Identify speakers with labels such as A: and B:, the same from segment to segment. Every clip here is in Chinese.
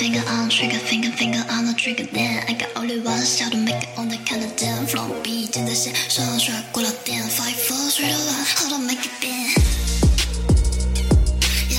A: Finger on trigger, finger, finger on the trigger. Then I got only one shot to make it on the countdown. From B 真的是双刷过了电，five four three two one, hold on make it bend. Yeah.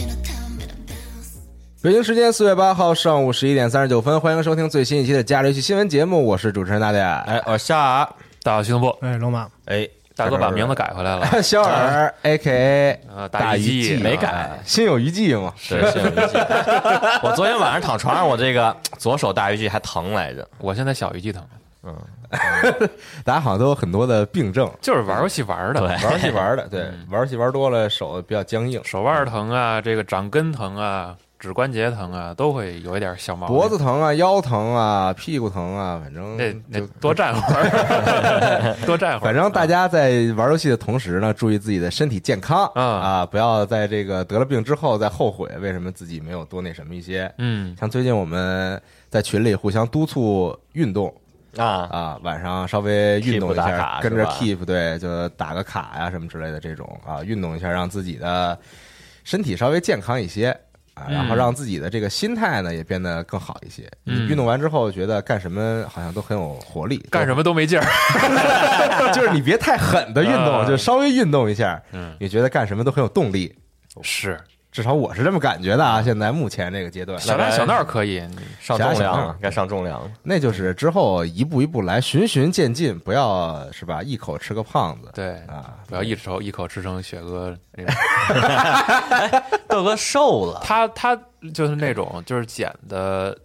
A: Bounce.
B: 北京时间四月八号上午十一点三十九分，欢迎收听最新一期的《加游戏新闻节目》，我是主持人大家，哎，
C: 哦
B: 我夏
C: 大小行动
D: 哎，龙马，
B: 哎，
C: 啊大哥 把名字改回来了，
B: 字肖尔 A K A
C: 啊大
B: 鱼
C: 鱼记
B: 记
E: 没
C: 啊
E: 改，
B: 心有余悸嘛，
E: 是心有余悸。我昨天晚上躺床上，我这个左手大鱼际还疼来着。
C: 我现在小鱼记疼，
B: 大家好像都有很多的病症，
C: 就是玩游戏玩的，
B: 玩游戏玩的，对，
C: 嗯
B: 玩游戏玩多了手比较僵硬，
C: 手腕疼啊，这个掌根疼啊，指关节疼啊，都会有一点小毛病。
B: 脖子疼啊，腰疼啊，屁股疼啊，反正
C: 那那
B: 就
C: 多站会 儿，多站会儿。
B: 反正大家在玩游戏的同时呢，注意自己的身体健康
C: 嗯
B: 啊，不要在这个得了病之后再后悔为什么自己没有多那什么一些。
C: 嗯，
B: 像最近我们在群里互相督促运动
E: 啊，
B: 啊，晚上稍微运动一
E: Keep 打
B: 下，
E: 卡
B: 跟着
E: 是吧
B: keep 对，就打个卡呀、什么之类的这种啊，运动一下，让自己的身体稍微健康一些。啊，然后
C: 嗯
B: 让自己的这个心态呢也变得更好一些。
C: 嗯
B: 运动完之后，觉得干什么好像都很有活力，
C: 干什么都没 劲儿。
B: 就是你别太狠的运动，
C: 啊
B: 就稍微运动一下，
C: 嗯
B: 你觉得干什么都很有动力。
C: 是
B: 至少我是这么感觉的啊！现在目前这个阶段，
C: 嗯小打小闹可以，
E: 上重
B: 想想
E: 量
B: 啊
E: 了，该上重量了。
B: 那就是之后一步一步来，循序渐进，不要是吧？一口吃个胖子，
C: 对，
B: 啊，
C: 不要一口一口吃成雪哥那种。
E: 豆哥瘦了，
C: 他他就是那种就是减的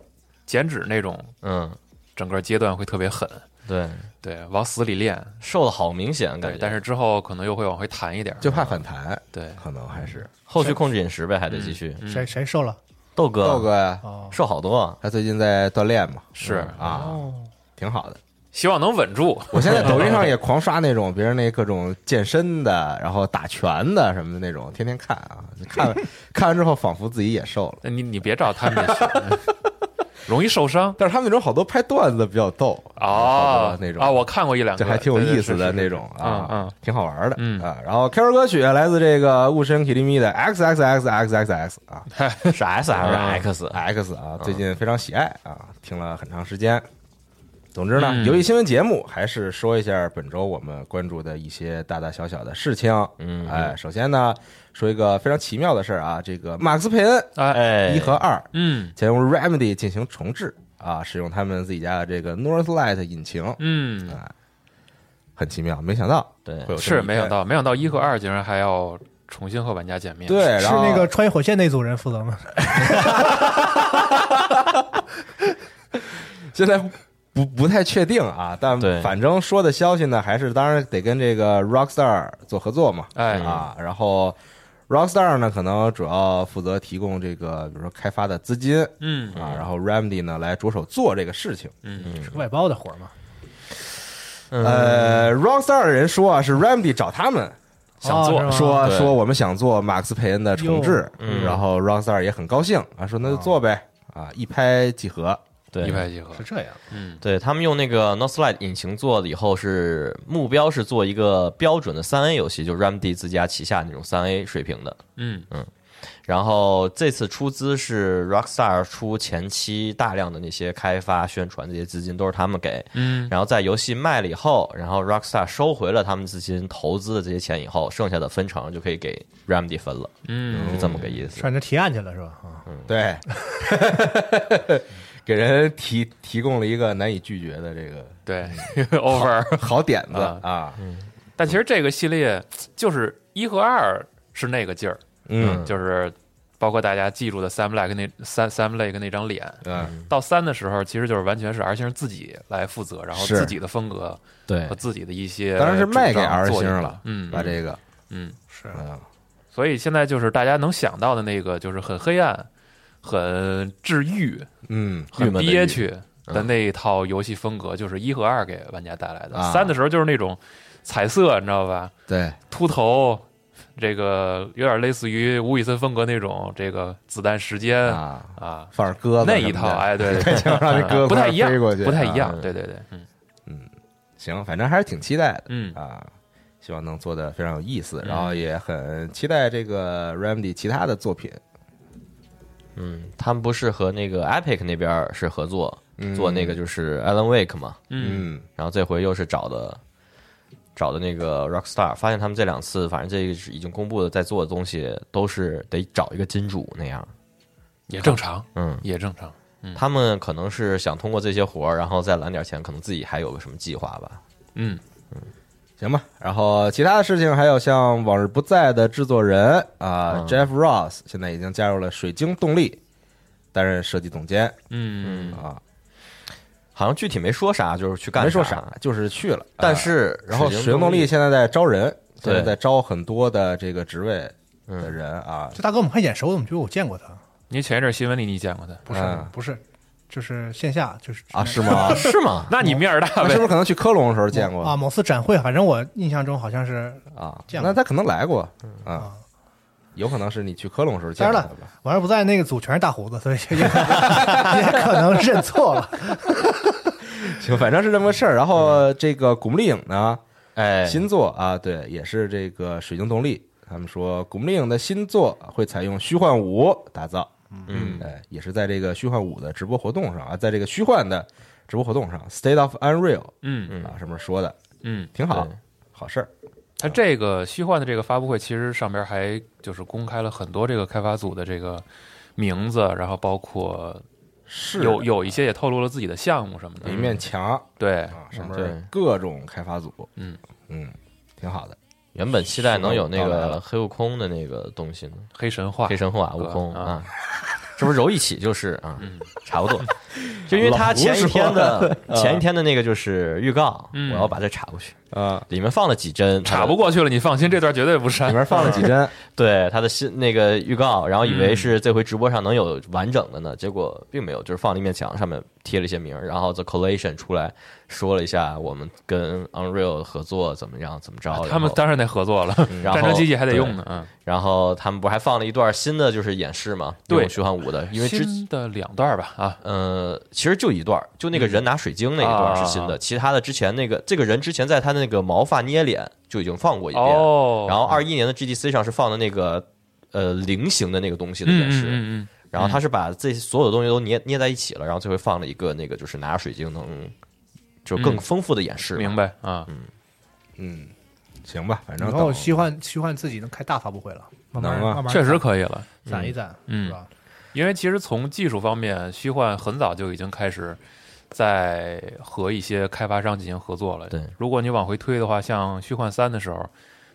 C: 减脂那种，
E: 嗯，
C: 整个阶段会特别狠，
E: 对，
C: 对，往死里练。
E: 瘦的好明显，
C: 对
E: 感觉。，
C: 但是之后可能又会往回弹一点儿。
B: 就怕反弹，
C: 对，
B: 可能还是
E: 后续控制饮食呗，还得继续。
C: 嗯
D: 谁谁瘦了？
E: 豆哥，
B: 豆哥呀，
D: 哦，
E: 瘦好多，
B: 他最近在锻炼嘛，
C: 是
B: 啊，
E: 哦
B: 挺好的。
C: 希望能稳住。
B: 我 现在抖音上也狂刷那种别人那各种健身的，然后打拳的什么的那种，天天看啊，看 完看完之后仿佛自己也瘦了。
C: 那 你你别照他们学，容易受 伤
B: 但是他们那种好多拍段子比较逗，
C: 哦，
B: 那种
C: 啊，我看过一两个，
B: 这还挺有意思的
C: 对
B: 那种啊，
C: 嗯嗯
B: 挺好玩的、
C: 嗯
B: 啊。然后 Q 歌曲来自这个雾神 Kimi 的 X X X X X X 啊
E: 是 S 还是 X？
C: 嗯
B: X 啊，最近非常喜爱啊，听了很长时间。总之呢，
C: 嗯
B: 游戏新闻节目还是说一下本周我们关注的一些大大小小的事情。嗯，哎，首先呢，说一个非常奇妙的事儿啊，这个马克思佩恩
C: 哎，
E: 哎，
B: 一和二
C: 嗯
B: 将用 Remedy 进行重置啊，使用他们自己家的这个 Northlight 引擎，
C: 嗯，
B: 很奇妙，没想到
E: 对
B: 会有这么一
C: 是
B: 天
C: 没想到，没想到一和二竟然还要重新和玩家见面，
B: 对，，
D: 是
B: 然后
D: 那个穿越火线那组人负责吗？
B: 现在不不太确定啊，但
E: 对
B: 反正说的消息呢，还是当然得跟这个 Rockstar 做合作嘛，
C: 哎
B: 啊，然后 Rockstar 呢可能主要负责提供这个，比如说开发的资金
C: 嗯
B: 啊，然后 Remedy 呢来着手做这个事情。
D: 是个外包的活儿嘛？
B: 呃，Rockstar 的人说啊，是 Remedy 找他们。
C: 想做
D: 哦是吗
B: 说
E: 对
B: 说我们想做马克思佩恩的重置，
E: 嗯
B: 然后 Rockstar 也很高兴啊，说那就做呗啊，一拍即合，
E: 对
C: 一拍即合，
D: 是这样，
C: 嗯
E: 对他们用那个 Northlight 引擎做了以后是，目标是做一个标准的三 A 游戏，就是 Remedy 自家旗下那种三 A 水平的。
C: 嗯
E: 然后这次出资是 Rockstar 出前期大量的那些开发、宣传这些资金都是他们给，
C: 嗯
E: 然后在游戏卖了以后，然后 Rockstar 收回了他们资金投资的这些钱以后，剩下的分成就可以给 Remedy 分了，
C: 嗯
E: 是这么个意思。
D: 算着提案去了是吧？啊，
B: 对， 给人提提供了一个难以拒绝的这个
C: 对 ，over。
B: 嗯 好点子
C: 啊
B: 啊，
C: 但其实这个系列就是一和二是那个劲儿，
B: 嗯
C: 就是包括大家记住的 Sam Lake 那 Sam Sam Lake 那张脸，
B: 嗯，
C: 到三的时候其实就是完全是 R 星自己来负责，然后
B: 是哎
C: 自己的风格
E: 对
C: 和自己的一些
B: 当然是卖给
C: 主张
B: R
C: 做进
B: 星
C: 去
B: 了
C: 嗯，
B: 把这个
C: 嗯，
D: 是
B: 嗯
C: 所以现在就是大家能想到的那个，就是很黑暗、很治愈、
B: 嗯
C: 很
E: 郁闷的
C: 憋
E: 郁
C: 屈的那一套游戏风格，就是一和二给玩家带来的。
B: 啊
C: 三的时候就是那种彩色，你知道吧？
B: 嗯对
C: 秃头，这个有点类似于吴宇森风格那种，这个子弹时间啊
B: 啊，放着鸽子
C: 那
B: 什么
C: 一套，
B: 的
C: 哎，对对
B: 就让那鸽子
C: 对，不太一样
B: 飞过，去
C: 不太
B: 啊
C: 一样，对对对，嗯
B: 行，反正还是挺期待的
C: 嗯
B: 啊，希望能做的非常有意思，
C: 嗯
B: 然后也很期待这个 Remedy 其他的作品，
E: 嗯，他们不是和那个 Epic 那边是合作、
B: 嗯
E: 做那个就是 Alan Wake 嘛，
C: 嗯
B: 嗯
E: 然后这回又是找的找的那个 Rockstar，发现他们这两次反正这个是已经公布的在做的东西都是得找一个金主那样，
C: 也正常，
E: 嗯，
C: 也正常，
E: 他们可能是想通过这些活儿，然后再揽点钱，可能自己还有个什么计划吧。
C: 嗯
B: 行吧，然后其他的事情还有像往日不在的制作人啊、
E: 嗯
B: j e f f Ross 现在已经加入了水晶动力，担任设计总监
C: 嗯
B: 啊，
E: 好像具体没说啥，就是去干
B: 没说啥，就是去了。
E: 但
B: 啊
E: 是
B: 然后
E: 水
B: 水晶动力现在在招人，现
E: 对
B: 在在招很多的这个职位的人啊，
D: 这大哥我们很眼熟，怎么觉得我见过他？
C: 你前一阵新闻里你见过他，
D: 不是
B: 嗯
D: 不是，就是线下就是
B: 啊 是 吗？
E: 是吗？
C: 那你面儿大
B: 那
C: 呗
B: 是不，是可能去科隆的时候见过
D: 啊，某次展会，反正我印象中好像是
B: 啊？
D: 见过
B: 那他可能来过啊
D: 啊，
B: 有可能是你去科隆的时候见过
D: 当
B: 他
D: 然了
B: 吧？
D: 我要不在那个组全是大胡子，所以也可 能也可能认错了。
B: 行，反正是这么个事儿。然后这个古墓丽影呢，
E: 哎，
B: 新作啊，对，也是这个水晶动力。他们说，古墓丽影的新作会采用虚幻五打造，
E: 嗯，
B: 哎，也是在这个虚幻五的直播活动上啊，在这个虚幻的直播活动上，State of Unreal
C: 嗯
B: 啊上面说的
C: 嗯，
B: 挺好
E: 对，
B: 好事儿。
C: 他这个虚幻的这个发布会，其实上边还就是公开了很多这个开发组的这个名字，然后包括
B: 是
C: 有有一些也透露了自己的项目什么的，
B: 一面墙
C: 对，
B: 啊，上
E: 对
B: 面各种开发组，
C: 嗯
B: 嗯，挺好的。
E: 原本期待能有那
B: 时候到来
E: 个
B: 了
E: 黑悟空的那个东西呢，
C: 黑神话，
E: 黑神话悟空
C: 啊嗯
E: 啊，是不是揉一起就是啊？差不多，就因为他前一天的前一天的那个就是预告，
C: 啊嗯
E: 我要把这插过去，
B: 啊，
E: 里面放了几帧，它的
C: 查不过去了，你放心，这段绝对不删
B: 里。面放了几帧，
E: 对他的新那个预告，然后以
C: 嗯
E: 为是这回直播上能有完整的呢，结果并没有，就是放了一面墙，上面贴了一些名儿，然后 The Collation 出来说了一下我们跟 Unreal 合作怎么样怎么着，然后
C: 啊他们当然得合作了，
E: 然后
C: 战争机器还得用呢。嗯，
E: 然后他们不还放了一段新的就是演示嘛，
C: 对
E: 用虚幻五的，因为之
C: 新的两段吧，啊，
E: 呃呃，其实就一段儿，就那个人拿水晶那一段儿是新的，
C: 啊
E: 其他的之前那个这个人之前在他那个毛发捏脸就已经放过一遍，
C: 哦，
E: 然后二一年的 GDC 上是放的那个呃菱形的那个东西的
C: 嗯
E: 演
C: 嗯
E: 示，
C: 嗯
E: 然后他是把这所有的东西都捏捏在一起了，然后最后放了一个那个就是拿水晶能就更
C: 嗯
E: 丰富的演示
C: 嗯，
E: 嘛，
C: 明白啊，
B: 嗯，行吧，反正
D: 然
B: 等
D: 后虚幻虚幻自己能开大发布会了，慢慢
B: 能啊
D: 慢慢
C: 确实可以了。
D: 攒一攒，
C: 嗯
D: 是吧？
C: 因为其实从技术方面，虚幻很早就已经开始在和一些开发商进行合作了。
E: 对
C: 如果你往回推的话，像虚幻三的时候，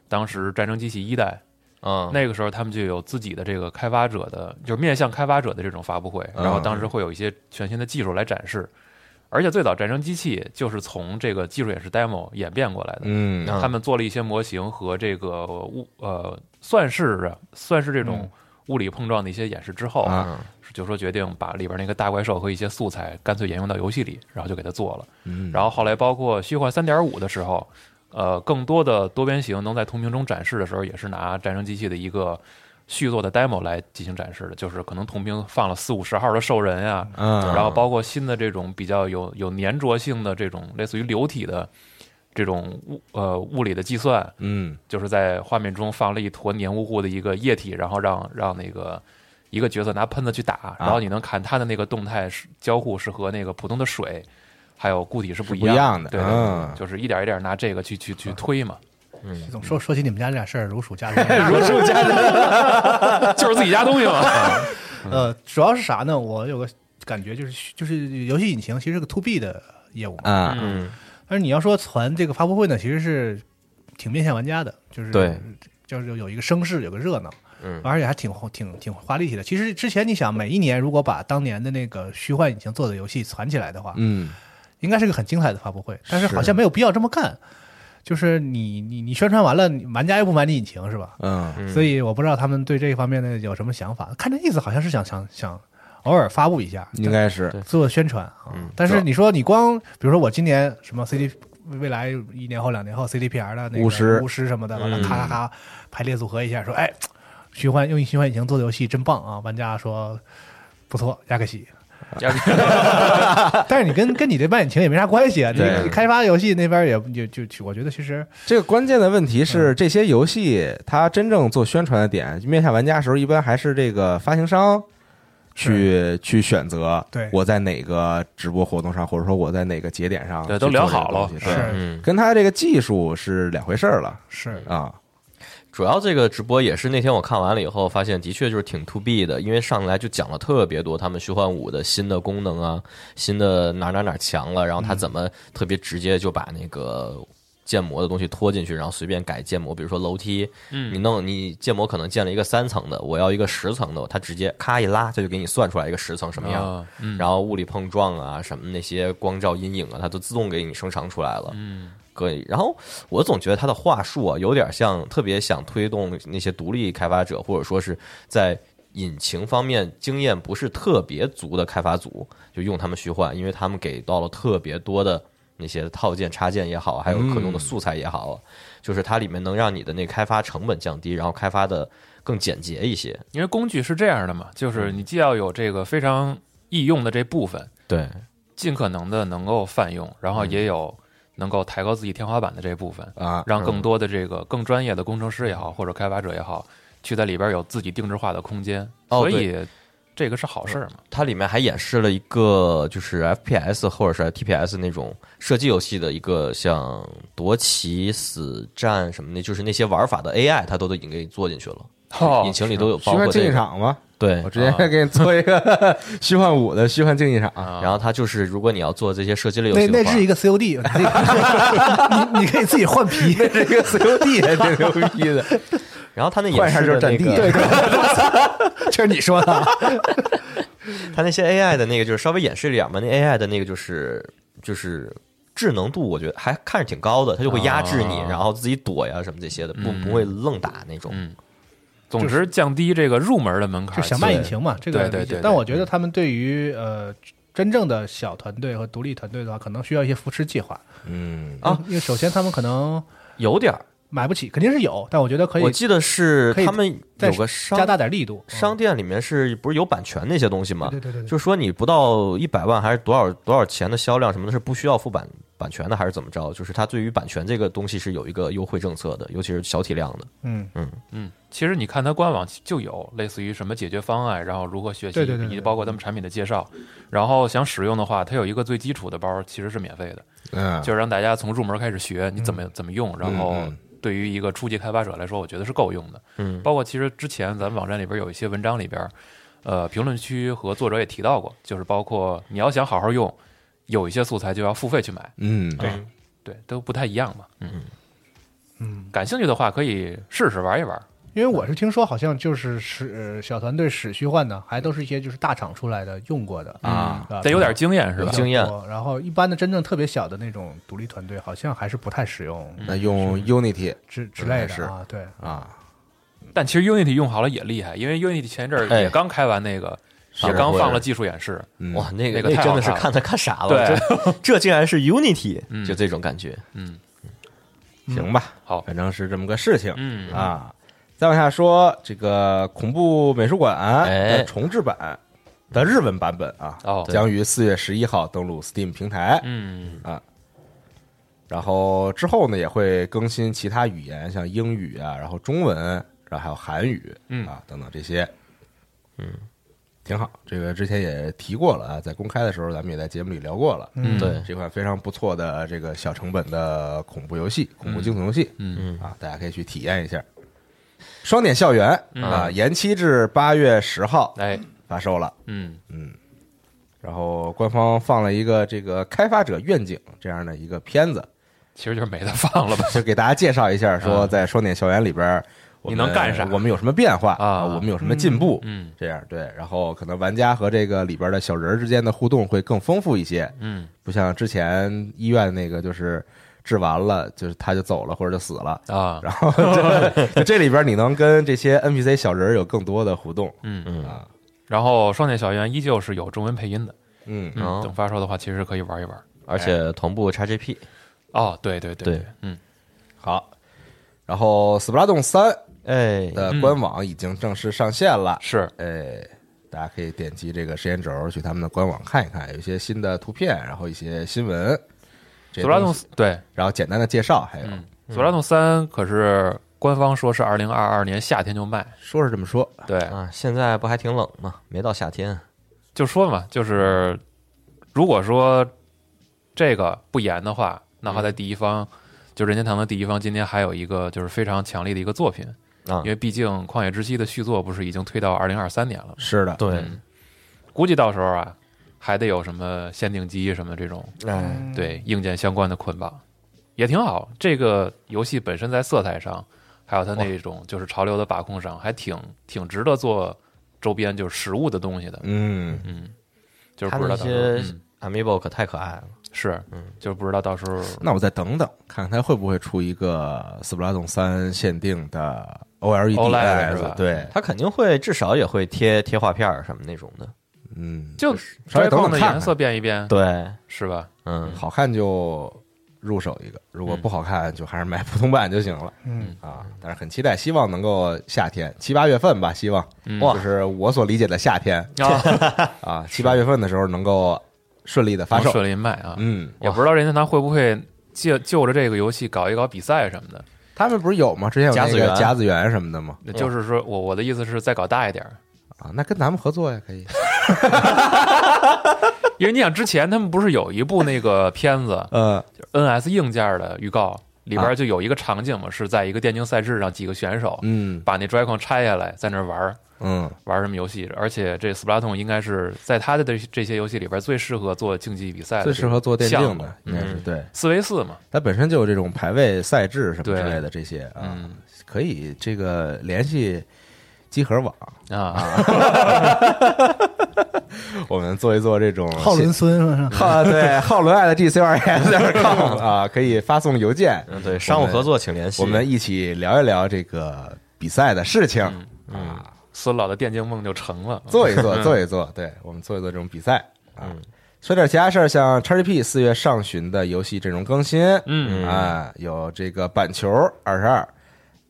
C: 当时《战争机器一代》
E: 嗯，
C: 那个时候，他们就有自己的这个开发者的，就是面向开发者的这种发布会，
E: 嗯
C: 然后当时会有一些全新的技术来展示。而且最早《战争机器》就是从这个技术演示 demo 演变过来的。
B: 嗯
E: 嗯
C: 他们做了一些模型和这个物呃，算是算是这种物理碰撞的一些演示之后，
B: 啊
C: 就说决定把里边那个大怪兽和一些素材干脆沿用到游戏里，然后就给它做了。
B: 嗯，
C: 然后后来包括虚幻三点五的时候，呃，更多的多边形能在同屏中展示的时候，也是拿战争机器的一个续作的 demo 来进行展示的，就是可能同屏放了四五十号的兽人呀、
B: 嗯
C: 然后包括新的这种比较有有粘着性的这种类似于流体的这种物呃物理的计算，
B: 嗯
C: 就是在画面中放了一坨黏糊糊的一个液体，然后让让那个一个角色拿喷子去打，然后你能看它的那个动态是交互是和那个普通的水还有固体是不一
B: 是不一样的
C: 对对对
B: 嗯
C: 就是一点一点拿这个去去去推嘛，
D: 徐总说说起你们家这俩事儿，如数家 珍。如数
C: 就是自己家东西嘛。
D: 呃，主要是啥呢？我有个感觉就是就是游戏引擎其实是个 to B 的业务嘛，
B: 啊
E: 嗯
D: 但是你要说传这个发布会呢，其实是挺面向玩家的，就是
E: 对，
D: 就是有有一个声势，有个热闹，
E: 嗯
D: 而且还挺挺挺花力气的。其实之前你想，每一年如果把当年的那个虚幻引擎做的游戏攒起来的话，
B: 嗯
D: 应该是个很精彩的发布会，但是好像没有必要这么干。就是你你你宣传完了，你玩家又不买你引擎是吧？
B: 嗯
E: 嗯
D: 所以我不知道他们对这方面的有什么想法。看这意思，好像是想想想偶尔发布一下，
B: 应该是
D: 做宣传啊。但是你说你光，比如说我今年什么 CD，未来一年后、两年后 CDPR 的那个
B: 50
D: 巫师嗯什么的，完了咔咔咔排列组合一下，说哎，虚幻用虚幻引擎做的游戏真棒啊！玩家说不错，亚克西。
E: 加
D: 但是你跟跟你这卖引擎也没啥关系啊，你
B: 对
D: 你开发游戏那边也也就就我觉得其实
B: 这个关键的问题
D: 嗯
B: 是，这些游戏它真正做宣传的点，面向玩家的时候，一般还是这个发行商去去选择，
D: 对
B: 我在哪个直播活动上，或者说我在哪个节点上去
C: 对
B: 做
C: 都
B: 这个
C: 聊
B: 东西，
C: 好了
B: 对，
D: 是
E: 嗯，
B: 跟它这个技术是两回事儿了
D: 是
B: 啊。
E: 主要这个直播也是那天我看完了以后，发现的确就是挺 to B 的，因为上来就讲了特别多他们虚幻五的新的功能啊，新的哪哪哪强了，然后他怎么特别直接就把那个。建模的东西拖进去，然后随便改建模，比如说楼梯，你弄你建模可能建了一个三层的，我要一个十层的，他直接咔一拉，他就给你算出来一个十层什么样，
C: 啊嗯
E: 然后物理碰撞啊，什么那些光照阴影啊，它都自动给你生成出来了。嗯，可以。然后我总觉得它的话术啊，有点像特别想推动那些独立开发者，或者说是在引擎方面经验不是特别足的开发组，就用他们虚幻，因为他们给到了特别多的那些套件、插件也好，还有可用的素材也好啊，就是它里面能让你的那开发成本降低，然后开发的更简洁一些。
C: 因为工具是这样的嘛，就是你既要有这个非常易用的这部分，
E: 对，
C: 尽可能的能够泛用，然后也有能够抬高自己天花板的这部分，
B: 啊，
C: 让
D: 嗯
C: 更多的这个更专业的工程师也好，或者开发者也好，去在里边有自己定制化的空间，
E: 哦
C: 所
E: 对
C: 以这个是好事儿
D: 嗯
C: 嘛。
E: 它里面还演示了一个就是 FPS 或者是 TPS 那种射击游戏的一个像夺旗、死战什么的，就是那些玩法的 AI，它都都已经给你做进去了，引擎里都有
B: 虚
E: 包
B: 幻
E: 括
B: 竞
E: 这
B: 技
E: 个。
B: 场吗？
E: 对
B: 我，直
C: 啊
B: 接给你做一个 虚幻五的虚幻竞技场，
E: 然后它就是如果你要做这些射击类游
D: 那
E: 戏的
D: 那
E: 话
D: 是一，个 COD，你 自己你你可以自己换皮，
B: 这个 COD 还挺牛逼 的，
E: 然后它那
B: 换
E: 演
B: 一下就是
E: 示的
B: 战
E: 那
B: 地，
E: 个，
D: 这是你说的啊，
E: 它那些 AI 的那个就是稍微演示了一点嘛，那 AI 的那个就是就是智能度，我觉得还看着挺高的，它就会压制你，
C: 啊
E: 然后自己躲呀什么这些的，不
C: 嗯
E: 不会愣打那种。
C: 嗯，总之降低这个入门的门槛
D: 就
C: 儿，
D: 想卖
C: 啊对
D: 引擎嘛，这个
C: 对对
D: 理解
C: 对对
D: 但我觉得他们对于呃真正的小团队和独立团队的话，可能需要一些扶持计划
B: 嗯
E: 啊，
D: 因为首先他们可能
E: 有点儿，
D: 买不起，肯定是有，但我觉得可
E: 我
D: 以
E: 记得是
D: 可以
E: 他们有个
D: 加
E: 商
D: 大点力度。嗯
E: 商店里面是不是有版权那些东西嘛？
D: 对对对对对
E: 就说你不到一百万还是多少多少钱的销量什么的，是不需要付版版权的，还是怎么着？就是它对于版权这个东西是有一个优惠政策的，尤其是小体量的。
D: 嗯，
C: 嗯，其实你看它官网就有类似于什么解决方案，然后如何学习，
D: 对对对对
C: 以及包括他们产品的介绍。然后想使用的话，它有一个最基础的包，其实是免费的，
B: 嗯，
C: 就是让大家从入门开始学你怎么、怎么用。然后
B: 嗯
C: 对于一个初级开发者来说，我觉得是够用的。
E: 嗯，
C: 包括其实之前咱们网站里边有一些文章里边，呃，评论区和作者也提到过，就是包括你要想好好用，有一些素材就要付费去买，
B: 嗯，
E: 对
C: 对，都不太一样嘛。嗯嗯，感兴趣的话可以试试玩一玩。
D: 因为我是听说，好像就是使呃小团队使虚幻呢，还都是一些就是大厂出来的用过的
E: 啊
D: 呃
C: 得有点经验是
D: 比
C: 吧
D: 较？
E: 经验
D: 多然后一般的真正特别小的那种独立团队，好像还是不太使用
E: 嗯
B: 那用 Unity
D: 之之类
B: 是
D: 的啊。对，
B: 啊，
C: 但其实 Unity 用好了也厉害，因为 Unity 前一阵儿
E: 哎
C: 也刚开完那个，也
E: 是
C: 刚
E: 会
C: 放了技术演示。
B: 嗯
E: 哇，那
C: 那个
E: 那
C: 太
E: 真的
C: 好
E: 是
C: 看了
E: 看他看傻了，
C: 对
E: 这这竟然是 Unity，
C: 嗯
E: 就这种感觉。
C: 嗯
B: 行吧，
C: 好
B: 反正是这么个事情
C: 嗯，
B: 啊。再往下说，这个恐怖美术馆
E: 哎
B: 的重制版的日文版本啊，
C: 哦，
B: 将于四月十一号登陆 Steam 平台，
C: 嗯
B: 然后之后呢也会更新其他语言，像英语啊，然后中文，然后还有韩语
C: 嗯
B: 啊等等这些，嗯，挺好。这个之前也提过了啊，在公开的时候咱们也在节目里聊过了，
C: 嗯，
E: 对，
B: 这款非常不错的这个小成本的恐怖游戏、恐怖惊悚游戏，
C: 嗯
B: 啊，大家可以去体验一下。双点校园
C: 嗯
B: 啊，延期至八月十号
C: 哎
B: 发售了。
C: 嗯
B: 然后官方放了一个这个开发者愿景这样的一个片子，
C: 其实就是没得放了吧？
B: 就给大家介绍一下，说
C: 嗯
B: 在双点校园里边儿，我
C: 你
B: 们
C: 能干啥
B: 我们有什么变化
C: 啊
B: 我们有什么进步？
C: 嗯
B: 这样对，然后可能玩家和这个里边的小人儿之间的互动会更丰富一些，
C: 嗯，
B: 不像之前医院那个就是治完了就是他就走了或者就死了，
C: 啊，
B: 然后这这里边你能跟这些 NPC 小人儿有更多的互动，
C: 嗯
E: 嗯
B: 啊，
C: 然后双剑小圆依旧是有中文配音的，
B: 嗯，
C: 嗯，
E: 哦
C: 等发售的话其实可以玩一玩。
E: 而
C: 哎
E: 且同步 XGP，
C: 哦，对对对
E: 对，
C: 嗯，
B: 好。然后《斯普拉洞三》
E: 哎，
B: 的官网已经正式上线了，
C: 是
B: 呃，大家可以点击这个时间轴去他们的官网看一看，有一些新的图片，然后一些新闻，这
C: 索拉
B: 东
C: 洞
B: 西，，
C: 对，
B: 然后简单的介绍，还有、
C: 嗯，索拉洞三可是官方说是二零二二年夏天就卖，
B: 说是这么说，
C: 对，
E: 啊，现在不还挺冷吗？没到夏天，
C: 就说嘛，就是如果说这个不严的话，那他在第一方，就任天堂的第一方，今天还有一个就是非常强力的一个作品
E: 啊
C: 因为毕竟《旷野之息》的续作不是已经推到二零二三年了吗？
B: 是的，
E: 对
C: 嗯估计到时候啊，还得有什么限定机什么这种
E: 哎，
B: 嗯
C: 对硬件相关的捆绑，也挺好。这个游戏本身在色彩上，还有它那种就是潮流的把控上，还挺挺值得做周边就是实物的东西的。
B: 嗯，
C: 嗯，就是
E: 他
C: 不知
E: 那
C: 道到时候
E: 些
C: 嗯
E: Amiibo 可太可爱了，
C: 是，
B: 嗯
C: 就是不知道到时候
B: 那我再等等，看看他会不会出一个《斯普拉洞三》限定的 OLED
C: OLED 是
B: S，
C: 吧
B: 对，
E: 他肯定会至少也会贴贴画片儿什么那种的，
B: 嗯，
C: 就
B: 稍微等
C: Joy-Con
B: 等
C: 的
B: 看看
C: 颜色变一变，
E: 对，
C: 是吧？
E: 嗯，
B: 好看就入手一个，如果不好看就还是买普通版就行了。
D: 嗯
B: 啊，但是很期待，希望能够夏天七八月份吧，希望
C: 嗯
B: 哇，就是我所理解的夏天
C: 啊，
B: 啊，七八月份的时候能够顺利的 发
C: 能
B: 售。
C: 顺利卖啊，
B: 嗯，
C: 也不知道任天堂会不会借就着这个游戏搞一搞比赛什么的。
B: 他们不是有吗？之前有
E: 甲
B: 那
E: 子
B: 个
E: 园
B: 甲子园什么的吗？
C: 那就是说我我的意思是再搞大一点儿，
B: 啊，那跟咱们合作呀，可以。
C: 因为你想之前他们不是有一部那个片子
B: 呃，
C: NS 硬件的预告里边
B: 啊
C: 就有一个场景嘛，是在一个电竞赛事上几个选手
B: 嗯
C: 把那 Joy-Con 拆下来在那儿玩儿
B: 嗯，
C: 玩什么游戏，而且这 Splatoon 应该是在他的这这些游戏里边最适合做竞技比赛的，
B: 最适合做电竞
C: 项目
B: 的应该是
E: 嗯
B: 对，
C: 四 v 四嘛，
B: 它本身就有这种排位赛制什么之
C: 对
B: 类的这些啊
C: 嗯，
B: 可以这个联系集合网，
C: 啊，
B: 我们做一做这种
D: 嗯浩 伦孙是吧
B: 浩对浩伦爱的 G C R S 点 com 啊，可以发送邮件，
E: 嗯对，商务合作请联系
B: 我们一起聊一聊这个比赛的事情，啊
C: 孙老的电竞梦就成了，嗯
B: 做一做，做一做，对我们做一做这种比赛啊。说点其他事儿，像 XGP 四月上旬的游戏阵容更新，
C: 嗯
B: 啊，有这个板球二十二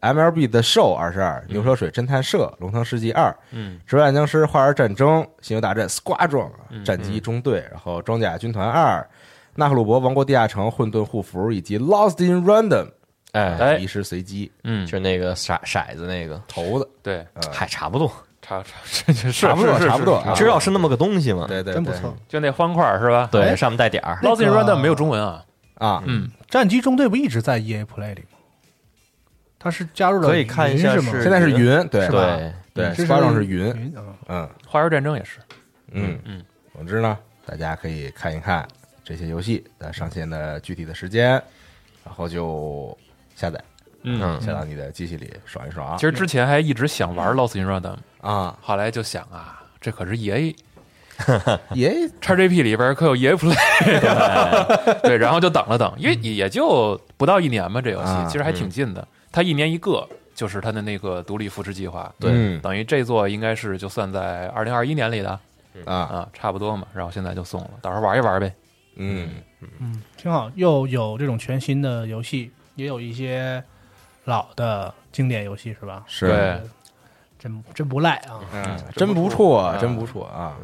B: ，MLB 的 Show 二十二，牛车水侦探社，龙腾世纪二，
C: 嗯，
B: 植物大僵尸花儿战争，星球大战 Squadron
C: 嗯
B: 战机中队，然后装甲军团二，纳赫鲁伯王国地下城混沌护符以及 Lost in Random
E: 哎，
C: 哎
B: 遗失随机
C: 嗯，
E: 就是那个骰骰子那个，
B: 头子，啊
C: 对，
E: 嗨，差不多，
C: 差差 是是
B: 差不多
C: 是是
B: 差呃不多
C: 是
E: 知道是那么个东西吗？
B: 对对，
D: 真不
B: 对
D: 错。
C: 就那方块是吧？
E: 对，
D: 哎
E: 上面带点儿，
D: 那
C: Lost in
D: 个
C: Random 没有中文啊，
B: 啊，
C: 嗯，
D: 战机中队不一直在 EA Play 里吗？它是加入了
E: 可以看一下
D: 云是吗
E: 是
B: 现在是云，对
D: 是吧
E: 对，
B: 对
D: 这是
B: ，Squadron 是云，
D: 云啊，
B: 嗯
C: 花园战争也是，
B: 嗯
C: 嗯，
B: 总之呢，大家可以看一看这些游戏的上线的具体的时间，然后就下载
C: 嗯。
E: 嗯，
B: 下到你的机器里爽一爽
C: 其实之前还一直想
B: 嗯
C: 玩 Lost in Random，
B: 啊！
C: 后来就想啊，这可是 E A
B: 也
C: XGP 里边可有 EA Play，对，啊然后就等了等，因为也就不到一年吧，这游戏
B: 啊
C: 其实还挺近的，它一年一个，就是它的那个独立扶持计划，
E: 对
B: 嗯
C: 等于这座应该是就算在二零二一年里的
B: 啊，
C: 啊，差不多嘛，然后现在就送了，到时候玩一玩呗，
B: 嗯
D: 嗯，挺好，又有这种全新的游戏，也有一些老的经典游戏，是吧？
B: 是，
C: 对，
D: 真真不赖啊！
B: 嗯，真不错，
C: 真
B: 真
C: 不
B: 不错啊！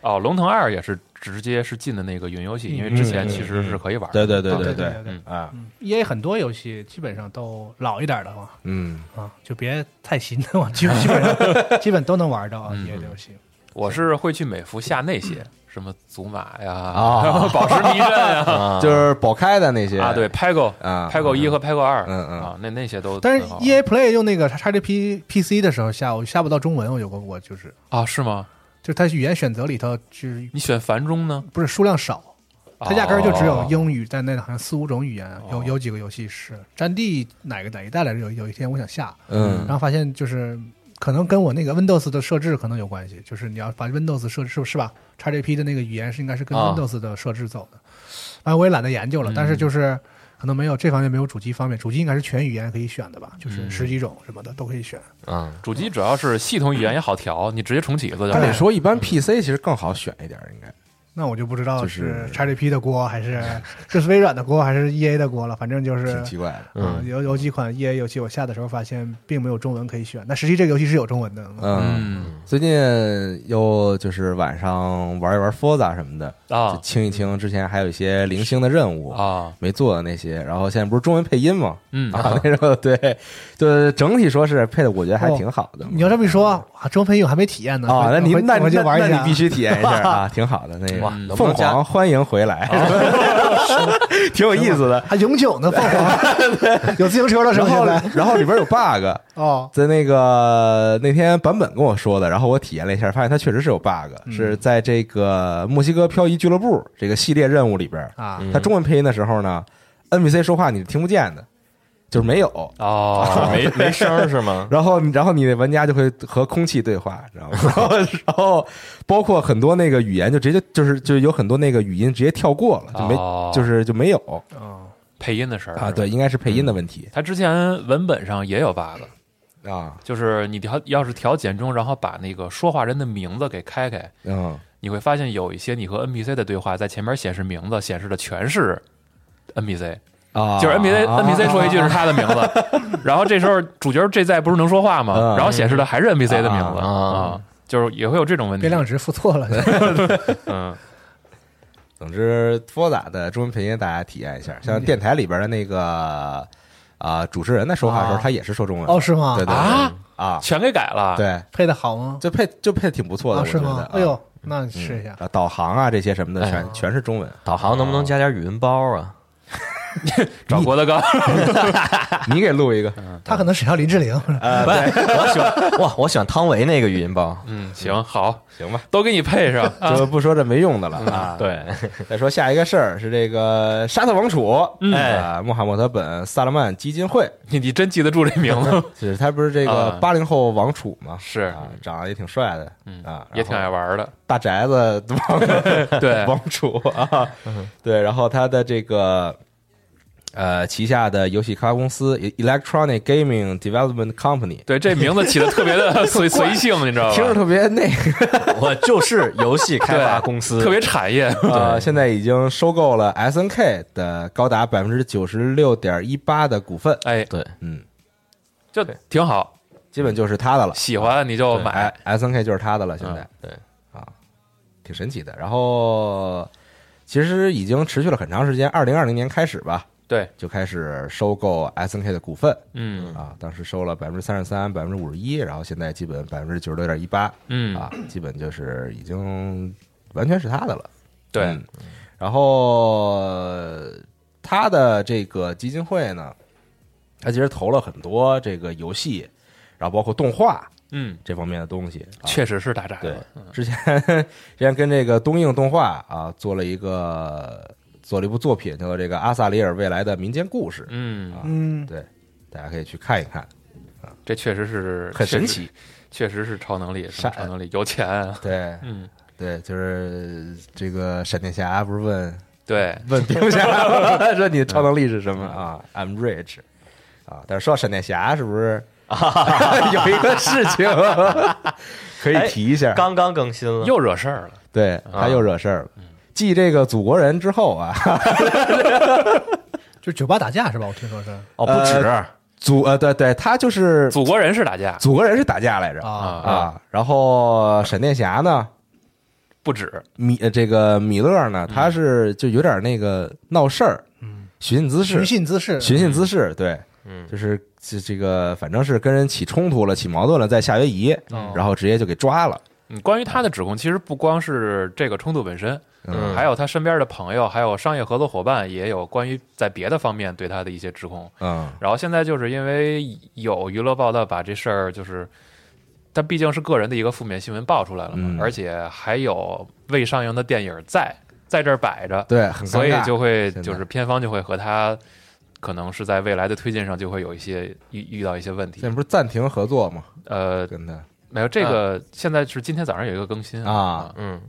C: 哦，龙腾二也是直接是进的那个云游戏，因为之前其实是可以玩的，
B: 嗯对对对对
D: 对对对
B: 啊，
C: 嗯
D: e a 很多游戏基本上都老一点的话
B: 嗯
D: 啊，就别太新的话，基本 基本上基本都能玩到啊
C: 嗯
D: EA 的游戏。
C: 我是会去美服下那些什么祖玛呀、
E: 啊
C: 宝石迷阵呀
E: 啊
B: 就是宝开的那些
C: 啊，对 Pago
B: 啊
C: Pago 一和 Pago 二，
B: 嗯嗯
C: 啊，那那些都
D: 但是
C: 很好
D: EA Play 用那个 XGP PC 的时候下，我下不到中文，我有过我就是
C: 啊是吗？
D: 就是它语言选择里头就是
C: 你选繁中呢？
D: 不是数量少，它压根儿就只有
C: 哦
D: 英语在内的，好像四五种语言，有
C: 哦
D: 有几个游戏是《战地》哪个哪一代来着？有有一天我想下，然
B: 嗯
D: 后发现就是可能跟我那个 Windows 的设置可能有关系，就是你要把 Windows 设置是不是吧？XGP 的那个语言是应该是跟
E: 啊
D: Windows 的设置走的，反正我也懒得研究了，但是
C: 嗯
D: 就是。可能没有这方面没有主机方面，主机应该是全语言可以选的吧，就是十几种什么的都可以选。
E: 嗯，
C: 主机主要是系统语言也好调，你直接重启一次就
B: 按理
C: 行。
B: 说一般 PC 其实更好选一点，应该
D: 那我就不知道
B: 就是是
D: XGP 的锅还是 这是微软的锅还是 EA 的锅了，反正就是
B: 挺奇怪的。
D: 嗯，有有几款 EA 游戏，我下的时候发现并没有中文可以选，那实际这个游戏是有中文的。
B: 嗯，
C: 嗯
B: 最近又就是晚上玩一玩 Forza 什么的，就
C: 啊
B: 清一清之前还有一些零星的任务
C: 啊
B: 没做的那些，然后现在不是中文配音吗？
C: 嗯
B: 啊，那时候 对，就是整体说是配的，我觉得还挺好的。
D: 你要这么一说，啊，中文配音我还没体验呢。
B: 啊，那你
D: 我
B: 那
D: 我就
B: 那
D: 玩一
B: 那
D: 下。
B: 你必须体验一 下啊，挺好的。那
C: 哇能
B: 个
C: 不
B: 凤
C: 能加哦
B: 凰欢迎回来， 挺有意思的。
D: 还永久呢，凤凰 有自行车了 是
B: 然
D: 吗？
B: 后
D: 现在
B: 然后里边有 bug，
D: 哦，
B: 在那个那天版本跟我说的，然后我体验了一下，发现它确实是有 bug，、是
C: 嗯
B: 在这个墨西哥漂移俱乐部这个系列任务里边
D: 啊
B: 它中文配音的时候呢，NPC 说话你是听不见的，就是没有。
C: 哦，
E: 没没声儿是吗？
B: 然后，然后你的玩家就会和空气对话，知道吗？然后，然后包括很多那个语言就直接就是就有很多那个语音直接跳过了，就没、
C: 哦
B: 就是就没有
C: 配音的事儿
B: 啊。对，，应该是配音的问题、
C: 他之前文本上也有 bug，
B: 啊。
C: 就是你调要是调简中，然后把那个说话人的名字给开开，
B: 嗯，
C: 你会发现有一些你和 NPC 的对话在前面显示名字，显示的全是 NPC，
B: 啊，
C: 就是 NPC
B: 啊
C: NPC 说一句是他的名字， 然后这时候主角这在不是能说话吗？
B: 嗯
C: 然后显示的还是 NPC 的名字
E: 啊
C: 啊，就是也会有这种问
D: 变
C: 题。
D: 量值付错了，
C: 嗯，
B: 总之，托打的中文配音大家体验一下，像电台里边的那个啊、主持人在说话的时候，
D: 啊
B: 他也是说中文的
D: 哦是吗
B: 对？对对
C: 啊
B: 啊，
C: 全给改了。，
B: 对，
D: 配的好吗？
B: 就配就配的挺不错的，
D: 啊
B: 我
D: 是
B: 觉得
D: 吗
B: 啊？
D: 哎呦，那你试一下。
B: 啊导航啊这些什么的
E: 哎
B: 全全是中文。
E: 导航能不能加点语音包啊？
C: 找郭德纲。
B: 你给录一 个，呃
D: 他可能只要林志玲，
E: 不是，我喜欢 哇，我喜欢汤唯那个语音包。啊
C: 嗯，行，好，
B: 行吧？
C: 都给你配上。
B: 就不说这没用的了啊。
E: 嗯对，
B: 再说下一个事儿是这个沙特王储，
E: 嗯
B: 哎，穆罕默德本萨勒曼基金会，
C: 你你真记得住这名 字？
B: 就是他不是这个
C: 啊
B: 八零后王储嘛，
C: 是
B: 啊，长得也挺帅的，
E: 嗯
B: 啊，
C: 也挺爱玩的。
B: 大宅子王
C: 对，
E: 嗯
B: 王储啊，对，然后他的这个呃旗下的游戏开发公司 Electronic Gaming Development Company，
C: 对，这名字起的特 别的随随性，你知道
B: 听着
C: 吧？
B: 特别那个。
E: 我就是游戏开发公司，
C: 特别产 业，
B: 呃，现在已经收购了 S N K 的高达百分之九十六点一八的股份，
C: 哎，
E: 对，
B: 嗯，
C: 就挺好，
B: 基本就是他的了。
C: 喜欢你就买
B: 哎。，S N K 就是他的了，现在、
E: 对
B: 嗯啊，挺神奇的。然后其实已经持续了很长时间，二零二零年开始吧，
C: 对，
B: 就开始收购 S N K 的股份
C: 嗯
B: 啊，当时收了百分之三十三、百分之五十一，然后现在基本百分之九十六点一八
C: 嗯，
B: 啊，基本就是已经完全是他的了。
C: 对
B: 嗯，然后呃他的这个基金会呢，他其实投了很多这个游戏，然后包括动画
C: 嗯，
B: 这方面的东西。啊、
C: 确实是大宅
B: 对
C: 了，
B: 之前之前跟这个东映动画啊做了一个呃做了一部作品，叫做这个《阿萨里尔未来的民间故事》，
C: 嗯，
D: 嗯，
B: 对，大家可以去看一看，
C: 这确实是
B: 很神奇，。
C: 确实确实是超能力，什
B: 啥
C: 么超能力？有钱，
B: 对
C: 嗯，
B: 对，就是这个闪电侠不是问
C: 对，
B: 问冰侠了， 说你的超能力是什么啊？I'm rich 啊，但是说到闪电侠，是不是有一个事情可以提一下？
E: 刚刚更新了，
C: 又惹事儿了。
B: 对他又惹事儿了。继这个祖国人之后啊，
D: 就酒吧打架是吧？我听说是
E: 哦，不止，
B: 祖呃对对，他就是
C: 祖国人是打架
B: 祖国人是打架来着
D: 啊，
B: 啊，然后闪电侠呢，
C: 不止，
B: 米呃这个米勒呢，他是就有点那个闹事儿，寻衅滋事
D: 寻，衅滋事，
B: 寻衅滋事，对，
E: 嗯
B: 就是这这个，反正是跟人起冲突了，起矛盾了，在夏威夷，
D: 哦
C: 嗯
B: 然后直接就给抓了。
C: 嗯，关于他的指控，其实不光是这个冲突本身，
E: 嗯
C: 还有他身边的朋友，还有商业合作伙伴，也有关于在别的方面对他的一些指控。
B: 嗯，
C: 然后现在就是因为有娱乐报道把这事儿，就是他毕竟是个人的一个负面新闻爆出来了嘛，
B: 嗯
C: 而且还有未上映的电影在在这儿摆着，
B: 对，很尴尬
C: 所以就会
B: 现在
C: 就是片方就会和他可能是在未来的推进上就会有一些遇遇到一些问
B: 现在
C: 题。
B: 不是暂停合作吗？
C: 呃，
B: 跟他
C: 没有这个，现在是今天早上有一个更新
B: 呃啊，
E: 嗯。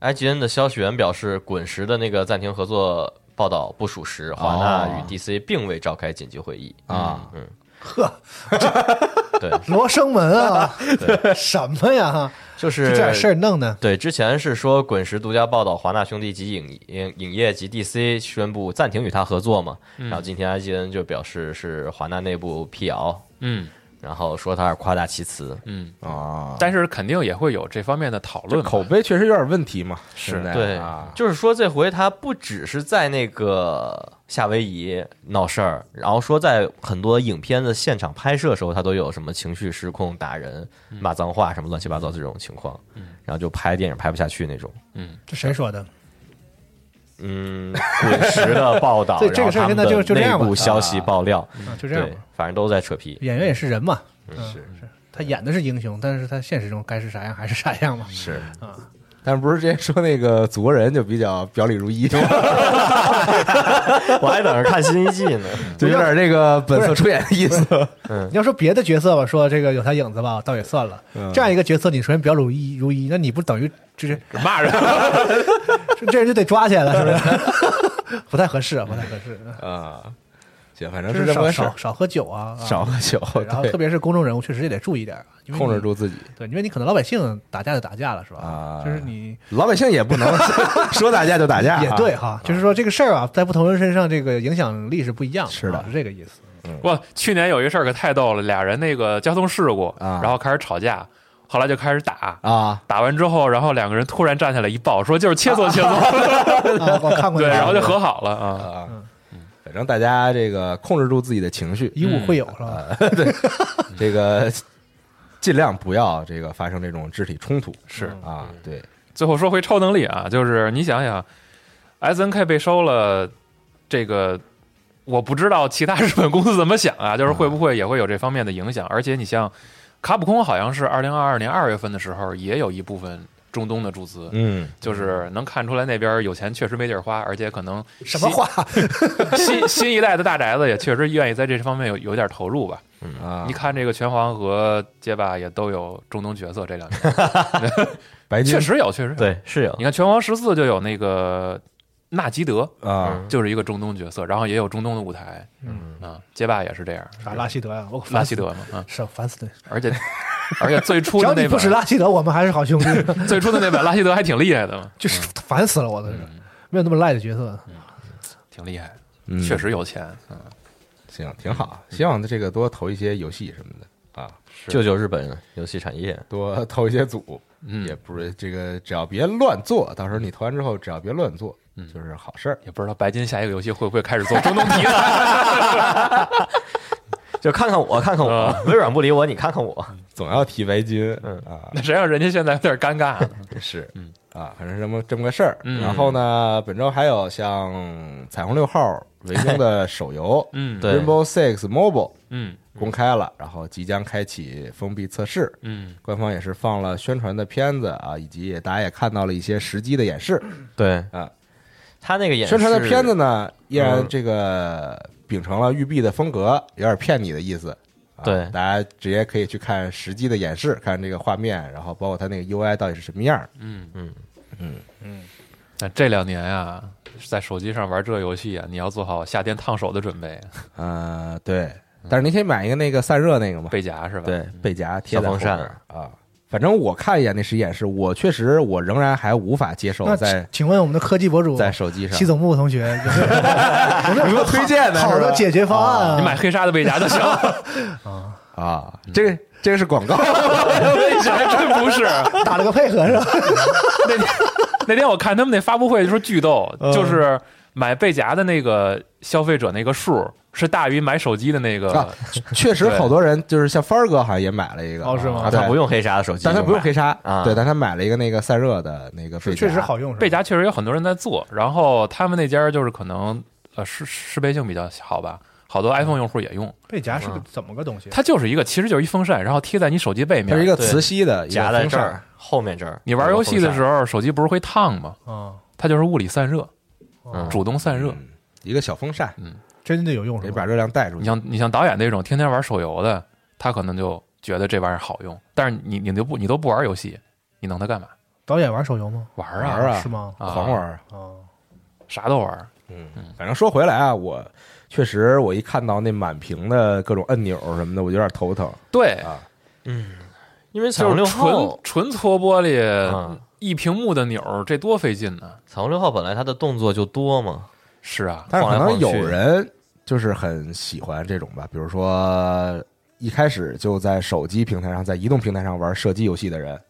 E: IGN 的消息源表示，滚石的那个暂停合作报道不属实，华纳与
B: 哦
E: DC 并未召开紧急会议
B: 啊。
E: 嗯，
D: 呵，
E: 对，
D: 罗生门 啊，什么呀？
E: 就是
D: 就这点事儿弄的，
E: 对，之前是说滚石独家报道华纳兄弟及影影影业及 DC 宣布暂停与他合作嘛，然后今天 IGN 就表示是华纳内部辟谣，
C: 嗯
E: 然后说他是夸大其词。
C: 嗯，
B: 啊，
C: 但是肯定也会有这方面的讨论吧。
B: 口碑确实有点问题嘛。
C: 是
B: 现在
E: 对
B: 啊，，
E: 就是说这回他不只是在那个夏威夷闹事儿，然后说在很多影片的现场拍摄的时候，他都有什么情绪失控、打人、骂脏话什么乱七八糟这种情况，然后就拍电影拍不下去那种。
D: 这谁说的？
E: 嗯，滚石的报道，
D: 对这个事儿
E: 然后
D: 现
E: 他们
D: 在就就这
E: 内
D: 样吧
E: 部消息爆料，
D: 啊，就这样
E: 对
D: 吧。，
E: 反正都在扯 皮。
D: 演员也是人嘛，嗯
B: 嗯是
D: 是，他演的是英雄，但是他现实中该是啥样还是啥样嘛。
B: 是
D: 啊，
B: 但是不是之前说那个祖国人就比较表里如一，就
E: 我还等着看新一季 呢。
B: 就有点这个本色出演的意思。
D: 你要说别的角色吧，说这个有他影子吧，倒也算了。
B: 嗯
D: 这样一个角色，你首先表里如一如一，那你不等于就是
C: 骂人，
D: 这这人就得抓起来了，是不是？不太合适啊，不太合适。
B: 啊，行，反正
D: 就是是
B: 这么
D: 少
B: 回事儿
D: 少，少喝酒啊，啊
B: 少喝酒，
D: 对然后
B: 对
D: 特别是公众人物，确实也得注意点儿，啊因为你
B: 控制。住自己。
D: 对，因为你可能老百姓打架就打架了，是吧？
B: 啊
D: 就是你
B: 老百姓也不能 说打架就打架啊，
D: 也对哈，就是说这个事儿啊，在不同人身上这个影响力是不一样的，
B: 是的
D: 啊是这个意思。
C: 哇，去年有一事儿可太逗了，俩人那个交通事故，
B: 啊
C: 然后开始吵架，后来就开始打，
B: 啊，
C: 打完之后，然后两个人突然站起来一抱，说就是 切磋切磋，
D: 啊，我看 过
C: 对，
D: 那个
C: 然后就和好了啊。
B: 啊，反正大家这个控制住自己的情绪，
D: 以武会友是吧？
B: 啊
C: 嗯
B: 这个 尽量不要这个发生这种肢体冲突
C: 是
B: 啊，对，
C: 最后说回超能力啊，就是你想想，S N K 被收了，这个我不知道其他日本公司怎么想 啊，就是会不会也会有这方面的影响？而且你像卡普空，好像是二零二二年二月份的时候，也有一部分中东的注资，
B: 嗯，
C: 就是能看出来那边有钱确实没地儿花，而且可能
D: 什么话？
C: 新新一代的大宅子也确实愿意在这方面有有点投入吧。
B: 啊
D: 嗯
C: 你，看这个拳皇和街霸也都有中东角色，这 两年
B: 白金
C: 确实有，确实有。
E: 对，是有
C: 你看拳皇十四就有那个纳吉德
B: 啊，
C: 就是一个中东角色，然后也有中东的舞台，嗯啊，街霸也是这样，
D: 啥啊拉希德呀，我
C: 拉
D: 烦
C: 希
D: 死
C: 德嘛，啊，
D: 是烦死了。
C: 而且而且最初
D: 只
C: 的
D: 要
C: 那
D: 你不
C: 版
D: 使拉希德，我们还是 好兄弟，
C: 最初的那版拉希德还挺厉害的嘛，
D: 就是
B: 嗯
D: 烦死了我，都是没有那么赖的角色。
C: 挺厉害，
B: 嗯
C: 确实有嗯钱，嗯，
B: 行，挺好。希望这个多投一些游戏什么的啊，
E: 救救日本游戏产业。
B: 多投一些组，
C: 嗯
B: 也不是这个，只要别乱做，到时候你投完之后只要别乱做，
C: 嗯
B: 就是好事儿。
C: 也不知道白金下一个游戏会不会开始做中东题 材，
E: 就看看我，看看我，
C: 啊
E: 微软不理我，你看看我。
B: 总要提白金，
E: 嗯
B: 啊，
C: 那谁让人家现在有点尴 尬呢？
B: 是，
C: 嗯
B: 啊，反正这么这么个事儿。
C: 嗯
B: 然后呢，本周还有像彩虹六号围攻 的手游
C: 嗯，
E: 对
B: ，Rainbow Six Mobile
C: 嗯
B: 公开了，然后即将开启封闭测试。
C: 嗯
B: 官方也是放了宣传的片子啊，以及也大家也看到了一些实际的演示。
E: 对
B: 啊，
E: 他那个演
B: 宣传的片子
E: 呢？
B: 呢，依然
E: 嗯
B: 这个秉承了育碧的风格，有点骗你的意思。啊
E: 对
B: 大家直接可以去看实际的演示，看这个画面，然后包括它那个 UI 到底是什么样儿。
C: 嗯
E: 嗯
C: 嗯嗯，但这两年啊，在手机上玩这游戏啊，你要做好夏天烫手的准备，
B: 呃，对，但是你可以买一个那个散热那个嘛，
C: 背夹是吧？
E: 对，
B: 背夹贴在
E: 小风扇
B: 后边儿啊。反正我看一眼那实际演示，我确实我仍然还无法接受
D: 那
B: 在
D: 请请问我们的科技博主
B: 在手机上
D: 西总木同学有 没有有没
B: 有
D: 有
B: 没有推荐的
D: 好
B: 是吧
D: 的解决方案啊？
C: 你买黑鲨的背夹就行，
B: 啊，这个这个是广告，
C: 为啥还真不是？啊
D: 打了个配合是吧？
C: 那天那天我看他们那发布会就说巨逗，
B: 嗯
C: 就是买背夹的那个消费者那个数是大于买手机的那
B: 啊
C: 个，
B: 确实
C: 对
B: 好多人就是像帆儿哥好像也买了一个，
D: 哦是吗
B: 啊
E: 啊，
B: 对
E: 他不用黑鲨的手机，
B: 但他不用黑鲨
E: 啊
B: 对，但他买了一个那个散热的那个背夹，
D: 确实好用是吧？
C: 背夹确实有很多人在做，然后他们那家就是可能呃适适配性比较好吧。好
B: 嗯
C: 多 iPhone 用户也用，
D: 背夹是个怎么个东西？
C: 它就是一个，其实就是一风扇，然后贴在你手机背
B: 它
C: 面。
B: 是一个磁吸的，
E: 夹
B: 一个
E: 在
B: 风
E: 这
B: 扇
E: 儿，后面这儿。
C: 你玩游戏的时
E: 候，
C: 候，手机不是会烫吗？
D: 啊，
C: 它就是物理散热，
E: 嗯
C: 主动散热。
B: 嗯一个小风扇，
D: 真的有用是
B: 得
D: 吧
B: 把？热量带出
C: 你
B: 去。
C: 像你像导演那种天天玩手游的，他可能就觉得这玩意儿好用，但是你你都不你都不玩游戏，你弄它干嘛？
D: 导演玩手游吗？
C: 玩
B: 玩
C: 啊，
B: 儿啊，
D: 是吗？
C: 啊
B: 狂玩儿啊。
D: 啊，
C: 啥都玩儿。
B: 反正说回来啊，我确实我一看到那满屏的各种按钮什么的，我就有点头疼。
C: 对，
E: 因为彩
C: 就
E: 虹六
C: 是纯
E: 号，
C: 纯搓玻璃
E: 嗯，
C: 一屏幕的钮儿，这多费劲呢。
E: 彩虹六号本来它的动作就多嘛，
C: 是啊，
B: 但是可
E: 晃来
B: 能
E: 晃去
B: 有人就是很喜欢这种吧，比如说一开始就在手机平台上，在移动平台上玩射击游戏的人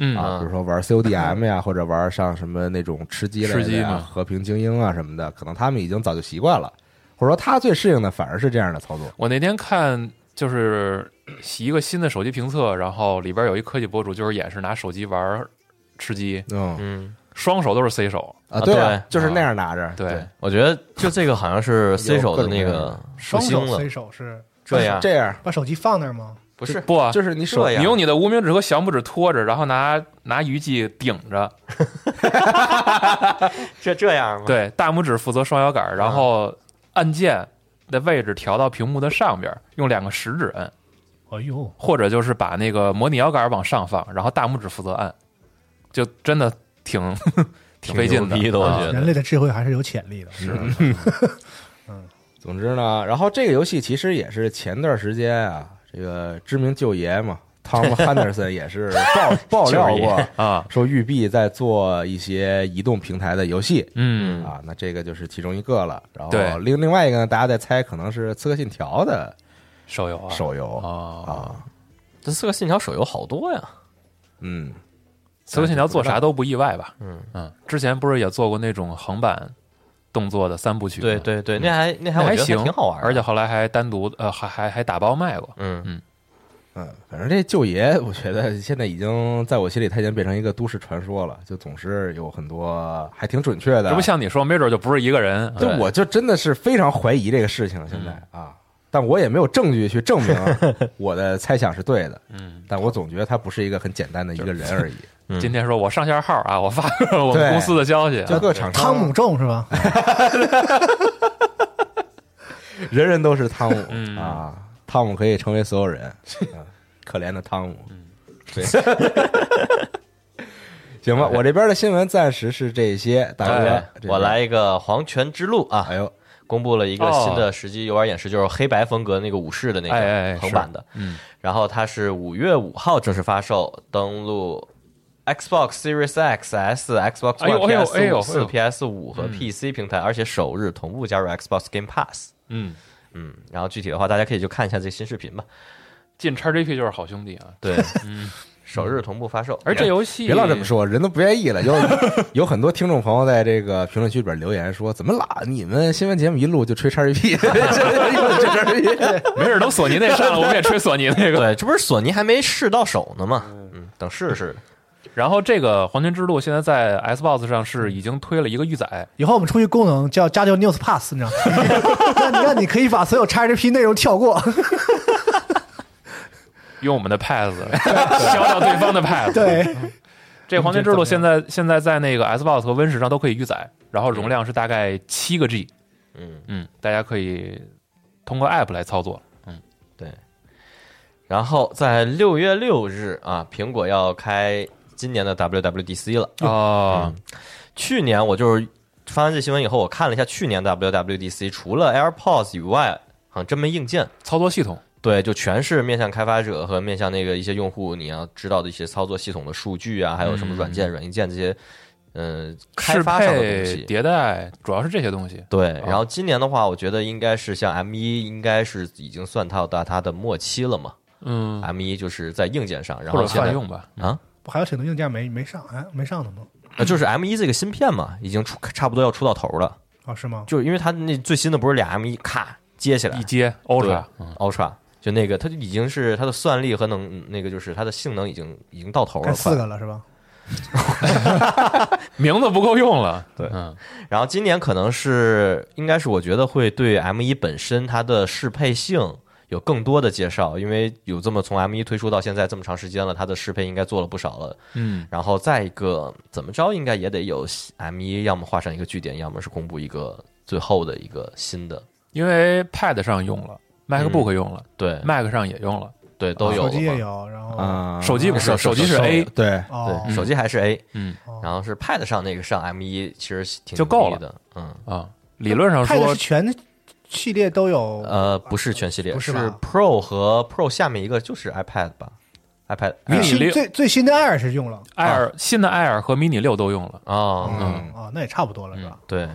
C: 嗯，
B: 啊，
E: 嗯
B: 比如说玩 CODM 呀， 或者玩上什么那种吃鸡类的呀
C: 吃鸡嘛
B: 和平精英啊什么的，可能他们已经早就习惯了，或者说他最适应的反而是这样的操作。
C: 我那天看就是一个新的手机评测，然后里边有一科技博主就是演示拿手机玩儿吃鸡，
B: 嗯
E: 嗯，
C: 双手都是 C 手，
B: 啊，
E: 啊
B: 对啊
E: 对
B: 就是那样拿着，
C: 对，
E: 我觉得就这个好像是 C 手的那
B: 有各种
E: 个双
D: 双手
E: 星
D: 随
E: 了，
D: 手是
E: 这样
B: 这样
D: 把手机放那儿吗？
E: 不是
C: 不啊，
B: 就是你手
E: 这样
C: 你用你的无名指和小拇指托着，然后拿拿鱼际顶着，
E: 这这样吗？，
C: 对，大拇指负责双摇杆，然后按键的位置调到屏幕的上边，用两个食指摁，
D: 哎呦，
C: 或者就是把那个模拟摇杆往上放，然后大拇指负责按，就真的挺 挺费劲
E: 牛逼的，我
C: 啊
E: 觉
D: 人
E: 得嗯
D: 类的智慧还是有潜力的。
C: 是
B: 总之呢，然后这个游戏其实也是前段时间啊，这个知名舅爷嘛汤姆汉德森也是爆爆料
E: 舅
B: 过
E: 爷，
C: 啊，
B: 说育碧在做一些移动平台的游戏
C: 嗯，
B: 啊，那这个就是其中一个了。然后
C: 对
B: 另另外一个呢，大家在猜可能是《刺客信条》的
C: 手游啊，
B: 手游
C: 啊，
B: 啊，
E: 这四个信条手游好多呀，
B: 嗯，
C: 刺客信条做啥都不意外吧？嗯嗯，之前不是也做过那种横版动作的三部曲吗？
E: 对对对，那还那还
C: 那
E: 我
C: 还
E: 觉得
C: 行，
E: 挺好玩的，
C: 而且后来还单独呃还还还打包卖过。
E: 嗯，
B: 嗯，反正这舅爷，我觉得现在已经在我心里，他已经变成一个都市传说了，就总是有很多还挺准确的。
C: 这不像你说，没准就不是一个人。
B: 就
E: 啊对
B: 我就真的是非常怀疑这个事情现在
C: 嗯
B: 啊，但我也没有证据去证明我的猜想是对的。嗯，但我总觉得他不是一个很简单的一个人 而已。
E: 嗯
C: 今天说我上线号啊，我发了我
B: 对
C: 们公司的消息啊，
B: 就各厂商，
D: 汤姆重是吧？
B: 人人都是汤姆啊，汤姆可以成为所有 人。啊可怜的汤姆，对。行吧，我这边的新闻暂时是这些，大哥，这边
E: 哎我来，一个《黄泉之路》啊，
B: 哎呦，
E: 公布了一个
C: 哦
E: 新的实际游玩演示，就是黑白风格那个武士的那
C: 哎哎哎
E: 个
C: 是
E: 横版的。
C: 嗯，
E: 然后它是五月五号正式发售，登陆 Xbox Series X、S、Xbox
C: 哎呦
E: One、
C: 哎呦
E: PS
C: 哎呦
E: 5四、
C: 哎
E: PS 5和 PC 平台，而且首日同步加入 Xbox Game Pass。
C: 嗯，
E: 嗯，然后具体的话，大家可以去看一下这个新视频吧。
C: 进 XGP 就是好兄弟啊。
E: 对，首日同步发售，
C: 而这游戏
B: 别老这么，说，人都不愿意了。有有很多听众朋友在这个评论区里边留言说，怎么老你们新闻节目一录就吹叉 GP，吹叉 GP，
C: 没事，等索尼那上了，我们也吹索尼那个。
E: 对，这不是索尼还没试到手呢吗？嗯，等试试。
C: 然后这个《黄泉之路》现在在 Xbox 上是已经推了一个预载，
D: 以后我们出一功能叫加叫 News Pass，你知道吗？ 那你那你可以把所有 XGP 内容跳 过，
C: 用我们的 Pass 消掉对方的 Pass。，
D: 对，
C: 这个《黄泉之路》现在现在在那个 Xbox 和 Win 十上都可以预载，然后容量是大概七个 G。
E: 嗯，
C: 嗯，大家可以通过 App 来操作。
E: 然后在六月六日啊，苹果要开今年的 WWDC 了。啊
C: 哦，
E: 去年我就是发完这新闻以后，我看了一下去年 WWDC，除了 AirPods 以外，好像真没硬件。
C: 操作系统，
E: 对，就全是面向开发者和面向那个一些用户，你要知道的一些操作系统的数据啊，还有什么软件、软硬件这些，嗯、开
C: 适
E: 发上的东
C: 配
E: 西。
C: 迭代，主要是这些东西。
E: 对，然后今年的话，我觉得应该是像 M 一，应该是已经算到达它的末期了嘛。
C: 嗯，
E: M 一就是在硬件上，然
C: 或
E: 后
C: 者
E: 现在
C: 泛用吧。
E: 啊，
D: 还有挺多硬件没没上，哎，没上呢都。
E: 呃就是 M 一这个芯片嘛，已经出差不多要出到头了，
D: 哦，是吗？
E: 就是因为它那最新的不是俩 M 一咔接起来
C: 一接 Ultra，嗯
E: 对 Ultra，就那个它就已经是它的算力和能那个就是它的性能已经已经到头
D: 该
E: 了，快
D: 四。个了是吧？
C: 名字不够用了。
E: 对
C: 嗯，
E: 然后今年可能是应该是我觉得会对 M 一本身它的适配性有更多的介绍，因为有这么从 M 一推出到现在这么长时间了，它的适配应该做了不少了。
C: 嗯，
E: 然后再一个怎么着，应该也得有 M 一要么画上一个句点，要么是公布一个最后的一个新的。
C: 因为 Pad 上用了，MacBook
E: 嗯
C: 用了
E: 对
C: ，Mac 上也用了，
E: 对，都有
D: 啊手
E: 了
D: 机也
E: 嘛。
D: 有，然后
B: 啊，
C: 手机不是，
E: 手
C: 手机是
E: 手
C: A，
B: 对，
D: 哦
E: 对，手机还是 A，
C: 嗯
E: 然后是 Pad 上那个上 M 一，其实挺
C: 就够
E: 牛逼的，嗯，
C: 啊，理论上
D: 派的
C: 说
D: 是全系列都有，
E: 呃，不是全系列，
D: 不是
E: 是
D: 吧
E: Pro 和 Pro 下面一个就是 iPad 吧，iPad
C: 迷你
D: 新
C: 六、
E: 嗯
D: 最最新的 Air 是用了，
C: Air 啊新的 Air 和 mini 六都用了，
E: 哦，
D: 嗯哦，那也差不多了是吧？
E: 对。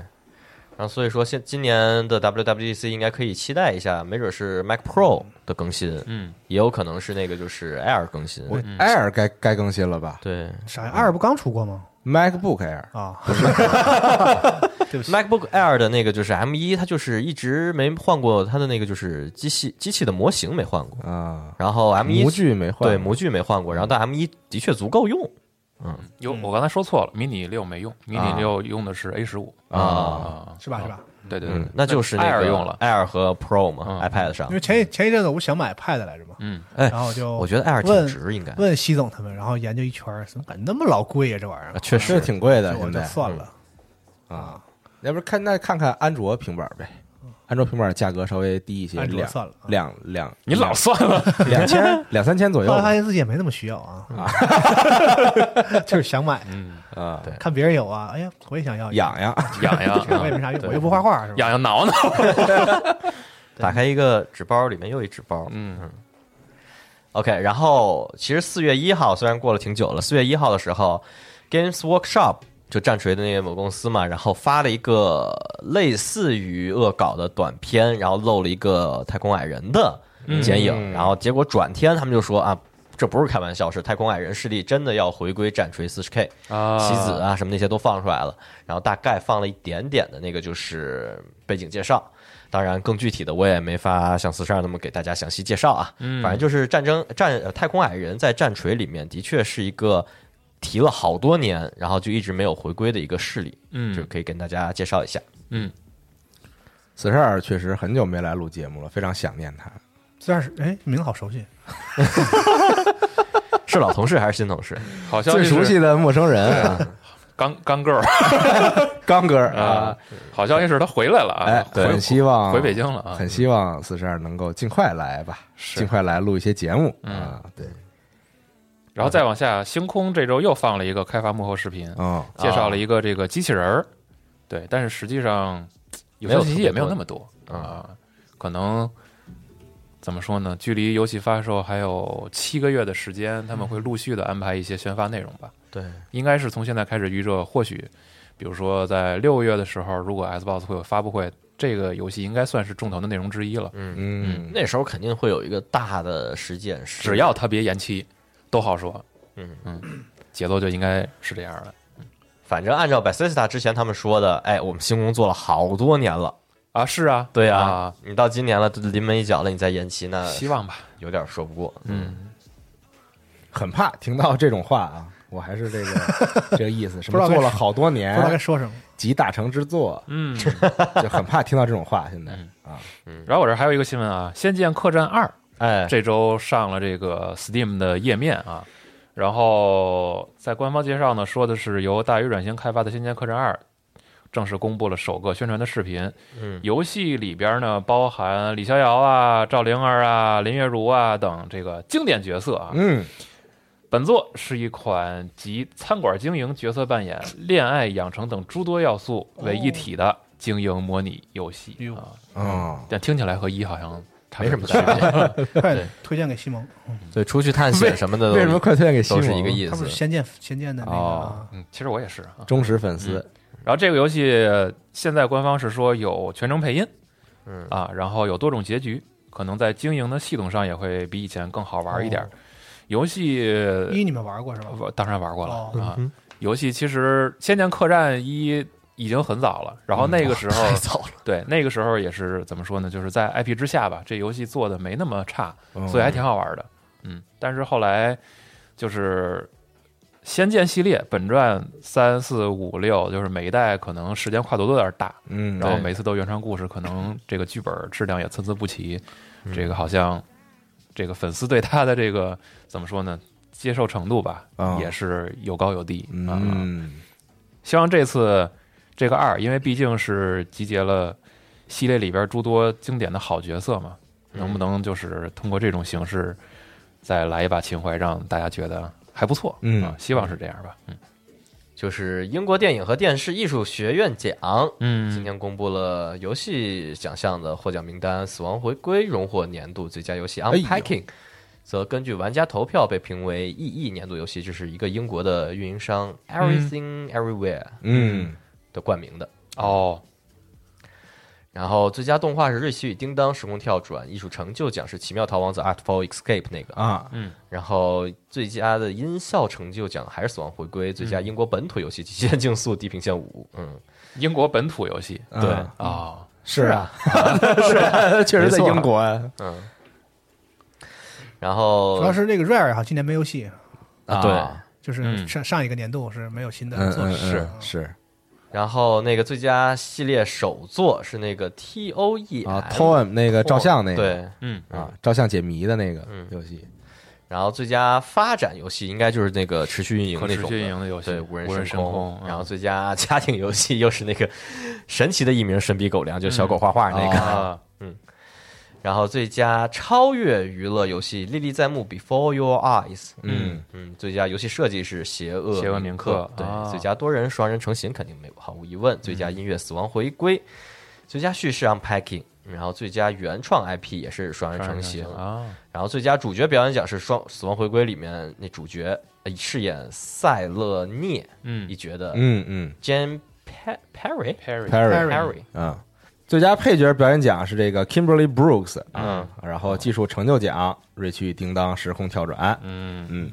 E: 然后所以说，现今年的 WWDC 应该可以期待一下，没准是 Mac Pro 的更新，
C: 嗯，
E: 也有可能是那个就是 Air 更新。
B: 我哎 Air 该该更新了吧
E: 对
D: 啥呀？Air 不刚出过吗？
B: ？MacBook Air
D: 啊，
E: MacBook Air 的那个就是 M 一，它就是一直没换过它的那个就是机器机器的模型没换过，
B: 啊，
E: 然后 M 一
B: 模具没换，
E: 对模具没换过，然后但 M 一的确足够用
C: 有我刚才说错了，mini 六没用，mini 六用的是 A 十五
E: 啊，
C: 啊，
D: 是吧是吧？
C: 对对
E: 嗯
C: 对，，
E: 那就是那
C: Air
E: 个
C: 用了，
E: Air 和 Pro 嘛
C: 嗯
E: ，iPad 上
D: 因为，前一前一阵子我想买 Pad 来着嘛，
C: 嗯，
E: 哎
D: 然后我就
E: 我觉得 Air 挺
D: 问
E: 值，应该
D: 问习总他们，然后研究一圈儿，怎么感觉那么老贵呀、这玩意儿
E: 啊？确
B: 是
E: 实
B: 挺贵的，
D: 所以我
B: 现
D: 就
B: 在
D: 算了，
C: 啊
B: 要不看那看看安卓平板呗，安卓平板价格稍微低一些，
D: 安卓
B: 两
D: 算了啊
B: 两两
C: 你老算了，
B: 两 千两三千左右
D: 后来发
B: 吧
D: 现自己也没那么需要啊， 就是想买，
B: 啊，
D: 看别人有啊，哎呀，我也想要一个，
B: 痒痒，
C: 痒 痒
D: 我也没
C: 啊
D: 啥用，我又不画画，是吧？
C: 痒痒挠挠，
E: 打开一个纸包，里面又一纸包。嗯 OK，然后其实四月一号虽然过了挺久了，四月一号的时候，Games Workshop 就战锤的那个某公司嘛，然后发了一个类似于恶搞的短片，然后露了一个太空矮人的剪影，然后结果转天他们就说啊。这不是开玩笑，是太空矮人势力真的要回归战锤 40K。
C: 啊
E: 棋子啊什么那些都放出来了，然后大概放了一点点的那个就是背景介绍。当然，更具体的我也没法像四十二那么给大家详细介绍啊。嗯，反正就是战争战呃太空矮人在战锤里面的确是一个提了好多年，然后就一直没有回归的一个势力，
C: 嗯
E: 就可以跟大家介绍一下。
B: 四十二确实很久没来录节目了，非常想念他。
D: 自然是，哎，名字好熟悉，
E: 是老同事还是新同事？
C: 好消
B: 最
C: 息
B: 熟悉
C: 是
B: 的陌生人 啊，
C: 刚刚 girl
B: 刚哥啊
C: 啊，，好消息是他回来了
B: 哎
C: 啊，，回
B: 很希望
C: 回北京了啊
B: 很希望四十二能够尽快来吧，
C: 是嗯
B: 尽快来录一些节目啊。对，
C: 然后再往下，星空这周又放了一个开发幕后视频，
B: 嗯，
C: 介绍了一个这个机器人儿，对，但是实际上有
E: 没有
C: 效
E: 特
C: 信息
E: 别
C: 也没有
E: 多
C: 那么多啊，可能怎么说呢？距离游戏发售还有七个月的时间，他们会陆续的安排一些宣发内容吧。
E: 对，
C: 应该是从现在开始预热，或许比如说在六月的时候，如果 Xbox 会有发布会，这个游戏应该算是重头的内容之一了。
B: 嗯，
E: 那时候肯定会有一个大的实践室，
C: 只要它别延期，都好说。
E: 嗯
C: 嗯，节奏就应该是这样的。
E: 反正按照 Bethesda 之前他们说的，哎，我们星空做了好多年了，
C: 啊，是啊，
E: 对呀、
C: 啊，
E: 你到今年了临门一脚了，你再延期那
C: 希望吧，
E: 有点说不过。
C: 嗯，
B: 很怕听到这种话啊，我还是这个 这个意思，什
D: 不知
B: 么
D: 道该
B: 做了好多
D: 不知道该
B: 年，
D: 说什么。
B: 集大成之作，
C: 嗯，
B: 就很怕听到这种话。现在啊，
C: 然后我这儿还有一个新闻啊，《仙剑客栈二》
E: 哎，
C: 这周上了这个 Steam 的页面啊，然后在官方介绍呢，说的是由大鱼软星开发的《仙剑客栈二》正式公布了首个宣传的视频。
E: 嗯
C: 游戏里边呢包含李逍遥啊、赵灵儿啊、林月如啊等这个经典角色啊。
B: 嗯，
C: 本作是一款集餐馆经营、角色扮演、恋爱养成等诸多要素为一体的经营模拟游戏
D: 哎呦
C: 啊，
B: 哦，
C: 但听起来和一好像差
E: 没什么
C: 太多
E: 区 别，
D: 快推荐给西蒙，
E: 对，出去探险什么的都
B: 为什么快推荐给西
E: 嗯都
B: 蒙
E: 是一个意
D: 他不
E: 思
D: 是？仙剑仙剑的那个
E: 哦
D: 啊，
C: 嗯，其实我也是啊。
B: 忠实粉丝，
C: 然后这个游戏现在官方是说有全程配音，
E: 嗯
C: 啊，然后有多种结局，可能在经营的系统上也会比以前更好玩一
E: 哦
C: 点。游戏
D: 一你们玩过是吧？
C: 我当然玩过了、
D: 哦
E: 嗯
C: 啊，游戏其实《仙剑客栈一》已经很早了，
E: 嗯
C: 然后那个时候、
E: 哦太早了，
C: 对，那个时候也是怎么说呢？就是在 IP 之下吧，这游戏做的没那么差，
B: 嗯哦
C: 所以还挺好玩的。嗯，但是后来就是《仙剑》系列，本传三四五六，就是每一代可能时间跨度都有点大，
B: 嗯，
C: 然后
E: 对
C: 每次都原创故事，可能这个剧本质量也参差不齐。这个好像这个粉丝对他的这个怎么说呢？接受程度吧，
B: 啊
C: 也是有高有低。啊
B: 嗯，
C: 希望这次这个二，因为毕竟是集结了系列里边诸多经典的好角色嘛，能不能就是通过这种形式再来一把情怀，让大家觉得还不错？
B: 嗯
C: 啊，希望是这样吧。嗯
E: 就是英国电影和电视艺术学院奖，今
C: 嗯，
E: 天公布了游戏奖项的获奖名单，《死亡回归》荣获年度最佳游戏
B: 哎呦
E: ，Unpacking《Unpacking》则根据玩家投票被评为 EE 年度游戏，这是一个英国的运营商 Everything Everywhere
B: 嗯，
E: 的冠名的。
C: 哦，
E: 然后最佳动画是《瑞奇与叮当》《时空跳转》，艺术成就奖是《奇妙逃亡》The Artful Escape 那个。
B: 啊，
E: 然后最佳的音效成就奖还是《死亡回归》，
C: 嗯
E: 最佳英国本土游戏《极限竞速：地平线五》。嗯，
C: 英国本土游戏
B: 啊
E: 对，
C: 哦，
B: 是啊， 是，确实在英国啊，
E: 嗯。然后
D: 主要是那个 Rare 哈，今年没游戏，
E: 啊，
B: 对
D: 就是
C: 嗯
D: 上上一个年度是没有新的
B: 嗯
D: 作
B: 嗯
D: 品，
B: 是
D: 啊
B: 是
E: 然后那个最佳系列首作是那个 T O E
B: 啊，Tom 那个照相那个
E: 对，
C: 嗯
B: 啊，照相解谜的那个
E: 嗯
B: 游戏，
E: 然后最佳发展游戏应该就是那个持续运营
C: 可
E: 那
C: 持
E: 种
C: 续运营的游戏，
E: 对无
C: 无
E: 人
C: 人
E: 升空，
C: 嗯
E: 然后最佳家庭游戏又是那个神奇的艺名“神笔狗粮”，就小狗画画那个。
C: 啊，
E: 然后最佳超越娱乐游戏历历在目，Before Your Eyes。
B: 嗯
E: 嗯，最佳游戏设计是《邪恶
C: 邪恶铭刻
E: 对，
C: 啊
E: 最佳多人双人成型肯定没有，毫无疑问。最佳音乐《死亡回归》，
C: 嗯
E: 最佳叙事 Unpacking，然后最佳原创 IP 也是双人成型，
C: 啊，
E: 然后最佳主角表演奖是双《死亡回归》里面那主角、呃饰演塞勒涅一
C: 嗯
E: 角的
B: 嗯嗯
E: Jane Pe- Perry
C: ，Perry，
B: ，Perry
E: Perry
B: 嗯，最佳配角表演奖是这个 Kimberly Brooks
E: 嗯
B: 啊，然后技术成就奖瑞奇与叮当时空跳转，
C: 嗯，
B: 嗯，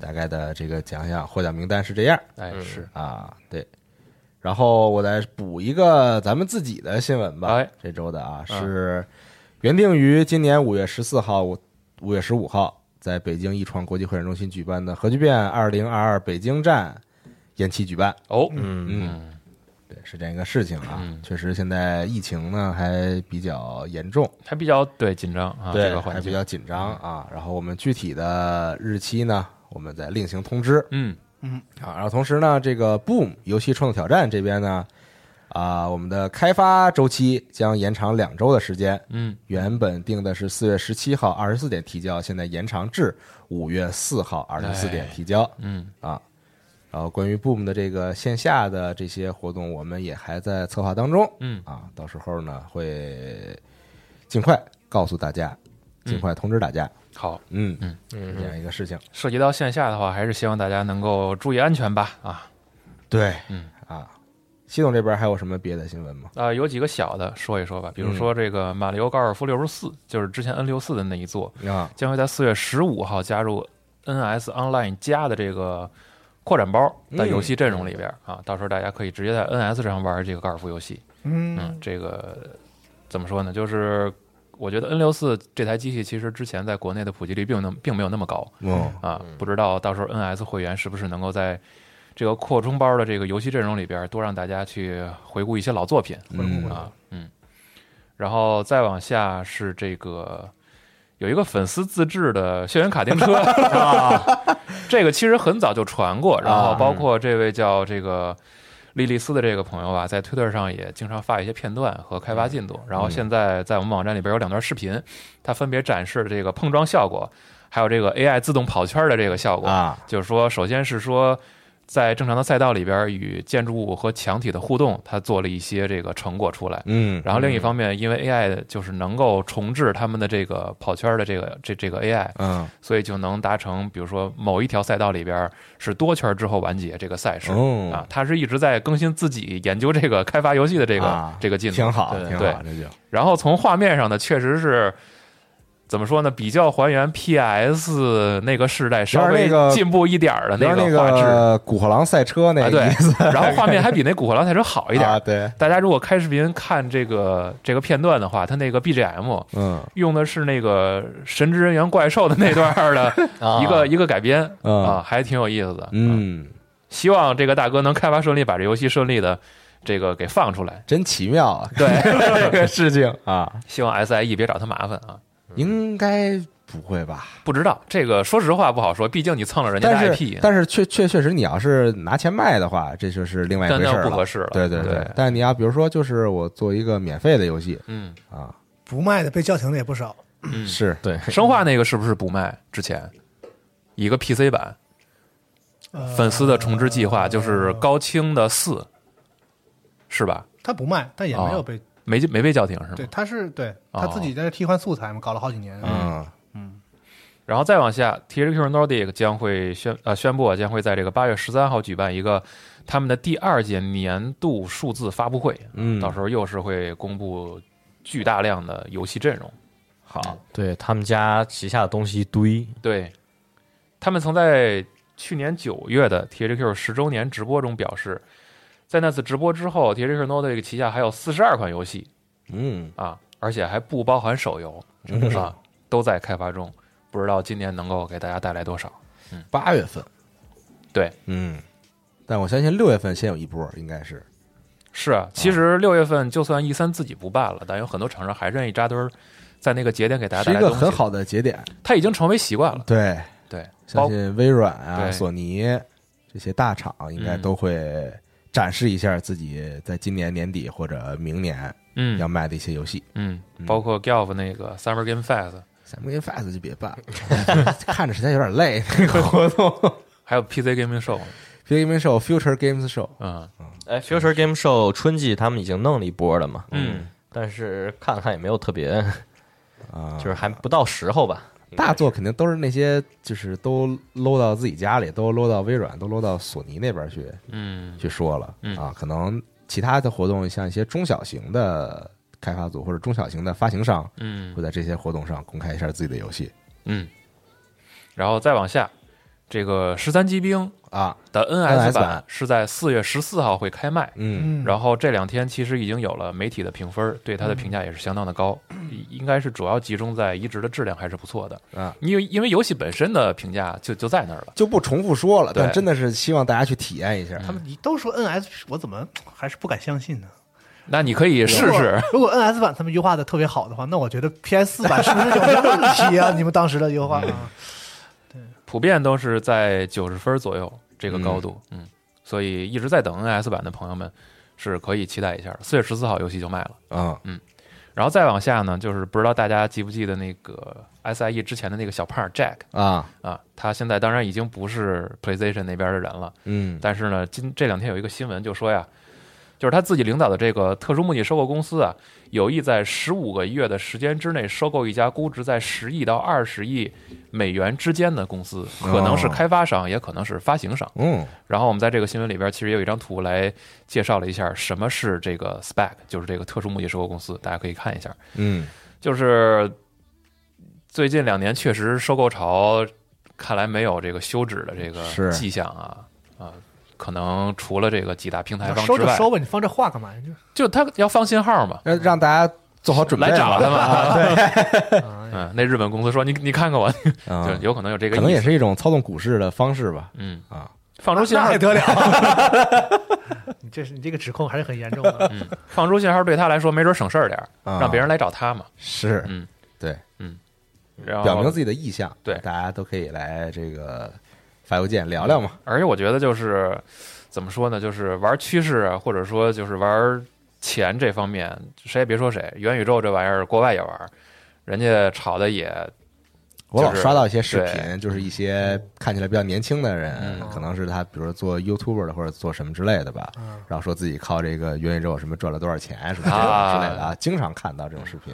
B: 大概的这个奖项获奖名单是这样
C: 哎是，
B: 啊，对。然后我再补一个咱们自己的新闻吧，
C: 哎
B: 这周的啊是原定于今年五月十四号、五五月十五号在北京艺创国际会展中心举办的核聚变二零二二北京站延期举办，
C: 哦，
B: 嗯，对，是这样一个事情啊。确实，现在疫情呢还比较严重，
C: 还比较对紧张啊，这个环
B: 还
C: 境
B: 比较紧张啊。然后我们具体的日期呢，我们再另行通知
C: 嗯
B: 啊。然后同时呢，这个 Boom 游戏创作挑战这边呢，啊、我们的开发周期将延长两周的时间，
C: 嗯，
B: 原本定的是四月十七号二十四点提交，现在延长至五月四号二十四点提交。
C: 嗯
B: 啊。然后关于 Boom 的这个线下的这些活动，我们也还在策划当中。
C: 嗯
B: 啊，到时候呢会尽快告诉大家，尽快通知大家。
C: 好，
B: 嗯嗯，这样一个事情。
C: 涉及到线下的话，还是希望大家能够注意安全吧。啊
B: 对，
C: 嗯
B: 啊，系统这边还有什么别的新闻吗？
C: 啊、有几个小的说一说吧，比如说这个马里奥高尔夫六十四，就是之前 N 六四的那一座，
B: 啊，
C: 将会在四月十五号加入 NS Online 加的这个扩展包的游戏阵容里边儿、啊，到时候大家可以直接在 NS 上玩这个高尔夫游戏。嗯，
D: 嗯，
C: 这个怎么说呢？就是我觉得 N 六四这台机器其实之前在国内的普及率并那并没有那么高
B: 哦，
C: 啊，不知道到时候 NS 会员是不是能够在这个扩充包的这个游戏阵容里边多让大家去回顾一些老作品
B: 嗯
C: 啊，嗯，然后再往下是这个。有一个粉丝自制的校园卡丁车啊，这个其实很早就传过，然后包括这位叫这个莉莉丝的这个朋友吧，啊在推特上也经常发一些片段和开发进度。然后现在在我们网站里边有两段视频，它分别展示了这个碰撞效果，还有这个 AI 自动跑圈的这个效果。
B: 啊，
C: 就是说，首先是说。在正常的赛道里边，与建筑物和墙体的互动，它做了一些这个成果出来。
B: 嗯，
C: 然后另一方面，因为 AI 就是能够重置他们的这个跑圈的这个这这个 AI，
B: 嗯，
C: 所以就能达成，比如说某一条赛道里边是多圈之后完结这个赛事、
B: 哦
C: 啊。他是一直在更新自己研究这个开发游戏的这个、
B: 啊
C: 这个进度，
B: 挺好，
E: 对
B: 挺
C: 对
B: 好，这就
C: 然后从画面上呢，确实是怎么说呢，比较还原 PS 那个时代稍
B: 有点
C: 微
B: 那个
C: 进步一点儿的
B: 有点那
C: 个画质、
B: 个古惑狼赛车那
C: 啊，
B: 个
C: 对
B: 意思，
C: 然后画面还比那《古惑狼赛车》好一点。
B: 啊，对，
C: 大家如果开视频看这个这个片段的话，它那个 BGM
B: 嗯
C: 用的是那个《神之人猿怪兽》的那段儿的 一个、一个改编啊、
B: 啊嗯
C: 还挺有意思的。啊，
B: 嗯，
C: 希望这个大哥能开发顺利，把这游戏顺利的这个给放出来。
B: 真奇妙啊，
C: 对，
B: 这 个事情
C: 嗯
B: 啊，
C: 希望 SIE 别找他麻烦啊。
B: 应该不会吧？
C: 不知道这个，说实话不好说，毕竟你蹭了人家的
B: 但
C: IP，
B: 是但是确确确实，你要是拿钱卖的话，这就是另外一回
C: 但
B: 事
C: 那
B: 儿
C: 不合适了
B: 对对
C: 对
B: 但是你要比如说，就是我做一个免费的游戏
C: 嗯，
B: 啊，
D: 不卖的被叫停的也不少。
C: 嗯
B: 是
E: 对，
C: 生化那个是不是不卖？之前一个 PC 版
D: 呃
C: 粉丝的重置计划就是高清的四，是吧？
D: 他不卖，但也没
C: 哦
D: 有被
C: 没没被叫停是
D: 对，
C: 吗？
D: 他是对
C: 哦
D: 他自己在这替换素材嘛，搞了好几年。
B: 嗯
C: 然后再往下，THQ Nordic 将会宣呃宣布啊将会在这个八月十三号举办一个他们的第二届年度数字发布会，
B: 嗯
C: 到时候又是会公布巨大量的游戏阵容。
E: 好，对他们家旗下的东西一堆，
C: 对，他们曾在去年九月的 THQ 十周年直播中表示，在那次直播之后，THQ Nordic 旗下还有四十二款游戏
B: 嗯，
C: 啊，而且还不包含手游，啊，都在开发中，不知道今年能够给大家带来多少。
B: 八月份，
C: 对，
B: 嗯，但我相信六月份先有一波，应该是
C: 是啊，其实六月份就算 E 三自己不办了，但有很多厂商还愿意扎堆儿，在那个节点给大家
B: 是
C: 带
B: 一
C: 来
B: 个
C: 东西。
B: 很，好的节点，
C: 它已经成为习惯了。
B: 对，
C: 对，
B: 相
C: 包
B: 信微软啊、
C: 对
B: 索尼这些大厂应该
C: 嗯
B: 都会展示一下自己在今年年底或者明年要
C: 嗯
B: 卖的一些游戏。
C: 嗯，包括 Golf 那个 Summer Game Fest，
B: 咱们跟 Fast 就别办了， 看着实在有点累。那个活动
C: 还有 PC Gaming Show，
B: ，Big Game Show、Future Games Show，
C: 嗯
E: 哎，Future Game Show 春季他们已经弄了一波了嘛，
C: 嗯，
E: 但是看了看也没有特别，
B: 啊，
E: 就是还不到时候吧。
B: 嗯大作肯定都是那些，就是都搂到自己家里，都搂到微软，都搂到索尼那边去
C: 嗯
B: 去说了
C: 嗯
B: 啊。可能其他的活动，像一些中小型的开发组或者中小型的发行商，
C: 嗯
B: 会在这些活动上公开一下自己的游戏
C: 嗯，然后再往下，这个十三机兵
B: 啊。
C: 的 NS
B: NS 版
C: 版是在四月十四号会开卖。
B: 嗯
D: 嗯，
C: 然后这两天其实已经有了媒体的评分，对它的评价也是相当的高，应该是主要集中在移植的质量还是不错的
B: 嗯啊。
C: 因为因为游戏本身的评价就就在那儿了，
B: 就不重复说了，
C: 对
B: 但真的是希望大家去体验一下。
D: 他们你都说 NS，我怎么还是不敢相信呢？
C: 那你可以试
D: 如果
C: 试。。
D: 如果 NS 版他们优化的特别好的话，那我觉得 PS 版是不是 有些问题啊？你们当时的优化
C: 嗯
D: 啊，
C: 普遍都是嗯在九十分左右这个高度，嗯，所以一直在等 NS 版的朋友们，是可以期待一下的。四月十四号游戏就卖了，
B: 啊，
C: 然后再往下呢，就是不知道大家记不记得那个 SIE 之前的那个小胖 Jack
B: 啊，
C: 啊，他现在当然已经不是 PlayStation 那边的人了，
B: 嗯
C: 但是呢，今这两天有一个新闻就说呀，就是他自己领导的这个特殊目的收购公司啊，有意在十五个月的时间之内收购一家估值在十亿到二十亿美元之间的公司，可能是开发商，也可能是发行商。
B: 嗯
C: 然后我们在这个新闻里边其实也有一张图来介绍了一下什么是这个 SPAC，就是这个特殊目的收购公司，大家可以看一下。
B: 嗯
C: 就是最近两年确实收购潮，看来没有这个休止的这
B: 是
C: 个迹象啊啊，可能除了这个几大平台方
D: 啊收
C: 之
D: 就
C: 哎外，
D: 收吧，你放这话干嘛呀？啊
C: 就他要放信号嘛，
B: 那让大家做好准备
C: 来找他
B: 吧，
C: 们。
D: 这啊
C: 嗯，那日本公司说你你看看我，
B: 啊
C: 就有可能有这个，
B: 可能也，是一种操纵股市的方式吧。
C: 嗯
B: 啊，
C: 放出信号
D: 那还得了？ 你这是你这个指控还是很严重的。
C: 嗯，放出信号对他来说没准省事儿点儿，
B: 啊
C: 让别人来找他嘛，
B: 是
C: 嗯，
B: 对，
C: 嗯，然后
B: 表明自己的意向，
C: 对
B: 大家都可以来这个发邮件聊聊嘛。
C: 而且我觉得就是怎么说呢，就是玩趋势啊，或者说就是玩钱这方面，谁也别说谁，元宇宙这玩意儿国外也玩，人家炒的也
B: 我老
C: 就是
B: 刷到一些视频，
C: 对嗯
B: 就是一些看起来比较年轻的人，可能是他比如说做 YouTuber 的或者做什么之类的吧，
D: 嗯
B: 然后说自己靠这个元宇宙什么赚了多少钱什么
C: 啊
B: 之类的啊，经常看到这种视频。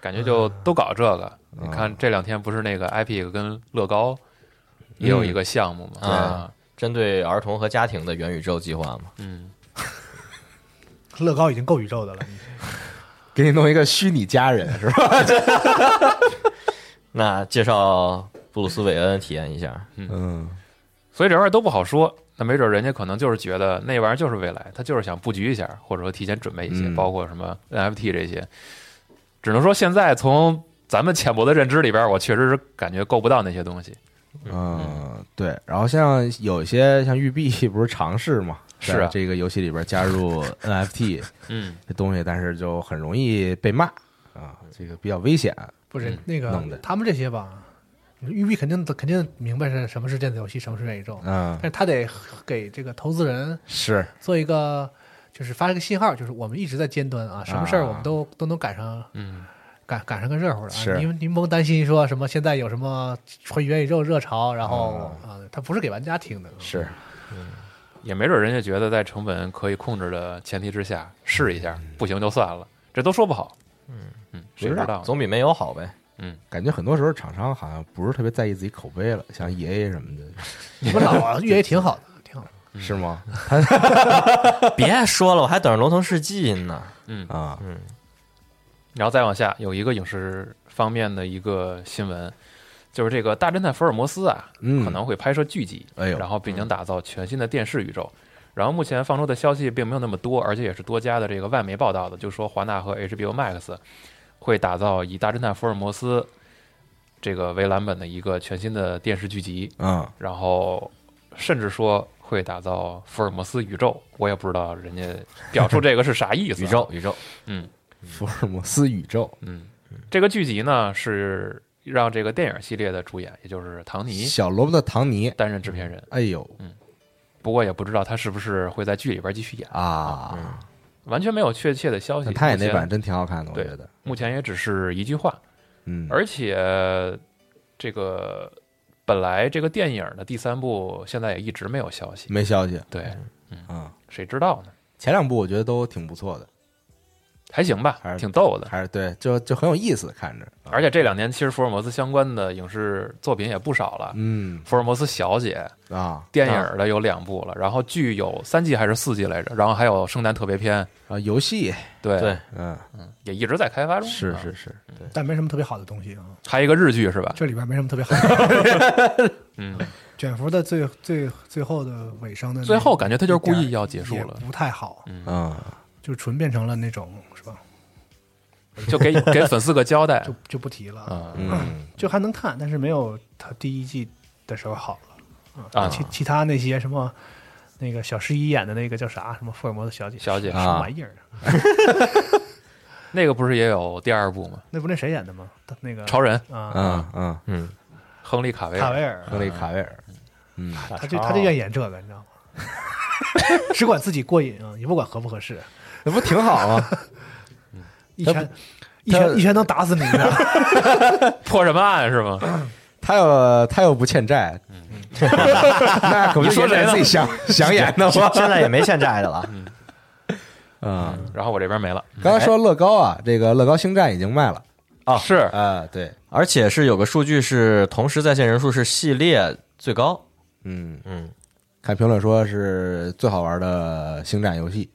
C: 感觉就都搞这个。
B: 嗯
C: 你看这两天不是那个 Epic 跟乐高也有一个项目嘛？
E: 嗯
C: 啊，
E: 针对儿童和家庭的元宇宙计划嘛，
C: 嗯，
D: 乐高已经够宇宙的了，
B: 给你弄一个虚拟家人是 吧？
E: 那介绍布鲁斯韦恩体验一下，
B: 嗯，
C: 所以这玩意儿都不好说。那没准人家可能就是觉得那玩意儿就是未来，他就是想布局一下，或者说提前准备一些，
B: 嗯
C: 包括什么 NFT 这些。只能说现在从咱们浅薄的认知里边，我确实是感觉够不到那些东西。
B: 嗯，对。然后像有一些像育碧不是尝试嘛，
C: 是啊
B: 在这个游戏里边加入 NFT
C: 嗯，
B: 这东西，但是就很容易被骂啊，这个比较危险。
D: 不是
C: 嗯
D: 那个
B: 弄的
D: 他们这些吧，育碧肯定肯定明白是什么是电子游戏，什么是元宇宙，
B: 嗯
D: 但，是他得给这个投资人
B: 是
D: 做一个，就是发一个信号，就是我们一直在尖端啊，什么事儿我们都、都能赶上，
C: 嗯，
D: 赶赶上个热乎的
B: 是
D: 啊。您您甭担心说什么现在有什么纯元宇宙热潮，然后啊，它不是给玩家听的，
B: 是，
C: 也没准人家觉得在成本可以控制的前提之下试一下，不行就算了，这都说不好。嗯嗯，谁
B: 不知道
C: 道呢？
E: 总嗯比没有 好呗。
B: 感觉很多时候厂商好像不是特别在意自己口碑了，像 EA 什么的，
D: 你们老 啊越野挺好的，挺好的。
B: 是 吗？
E: 别说了，我还等着《龙腾世纪》呢。
B: 啊，
C: 嗯然后再往下有一个影视方面的一个新闻，就是这个大侦探福尔摩斯啊，
B: 嗯
C: 可能会拍摄剧集，
B: 哎呦
C: 然后并将打造全新的电视宇宙。然后目前放出的消息并没有那么多，而且也是多家的这个外媒报道的，就说华纳和 HBO Max 会打造以大侦探福尔摩斯这个为蓝本的一个全新的电视剧集。
B: 嗯，
C: 然后甚至说会打造福尔摩斯宇宙，我也不知道人家表述这个是啥意思。
E: 宇宙，，宇宙，
C: 嗯
B: 福尔摩斯宇宙
C: 嗯，这个剧集呢是让这个电影系列的主演，也就是唐尼
B: 小萝卜的唐 尼，
C: 担任制片人，
B: 哎呦
C: 不过也不知道他是不是会在剧里边继续演，
B: 啊，
C: 完全没有确切的消息。
B: 那他也
C: 目前
B: 那版真挺好看的，我
C: 对
B: 觉得，
C: 目前也只是一句话，
B: 嗯，
C: 而且这个本来这个电影的第三部现在也一直没有消息，
B: 没消息
C: 对，
B: 啊。
C: 谁知道呢？
B: 前两部我觉得都挺不错的，
C: 还行吧
B: 还，是
C: 挺逗的。
B: 还是对，就就很有意思，看着，
C: 而且这两年其实福尔摩斯相关的影视作品也不少了，
B: 嗯
C: 福尔摩斯小姐》
B: 啊
C: 电影的有两部了，然后剧有三季还是四季来着，然后还有圣诞特别篇，
B: 啊，游戏，
C: 对，
E: 对，
B: 嗯，
C: 也一直在开发中。
B: 是
C: 啊
B: 是，是，
D: 但没什么特别好的东西啊，
C: 还有一个日剧是吧？
D: 这里边没什么特别好的。
C: 嗯，
D: 卷福的最最最后的尾声的那，
C: 最后感觉他就是故意要结束
D: 也
C: 了
D: 不太好，
B: 嗯，
D: 就纯变成了那种是吧？
C: 就给给粉丝个交代
D: 就。就不提了。
C: 嗯
B: 嗯
D: 就还能看，但是没有他第一季的时候好了
C: 啊
D: 其其他那些什么那个小十一演的那个叫啥什么福尔摩斯小姐
C: 小姐
D: 什么玩意儿啊？
C: 那个不是也有第二部吗？
D: 那不那谁演的吗？他那个
C: 超人哎
D: 啊，
B: 嗯嗯，
C: 亨利卡维
D: 卡
C: 尔，
D: 维尔，
B: 亨利卡维尔，嗯，
D: 他就他就愿意演这个，你知道吗？只管自己过瘾啊，也不管合不合适，
B: 那不挺好吗？
D: 一拳一拳一拳能打死你的。
C: 破什么案是吗？
B: 嗯他要他又不欠债，那可不
C: 你说
B: 是
C: 谁呢
B: 自己想想演的 吗？
E: 现在也没欠债的 了。
B: 啊，
C: 然后我这边没了，
B: 刚才说乐高啊，这个乐高星战已经卖了
E: 啊
C: 是
B: 啊，对，
E: 而且是有个数据是同时在线人数是系列最高，
B: 嗯，
E: 嗯，
B: 看评论说是最好玩的星战游戏，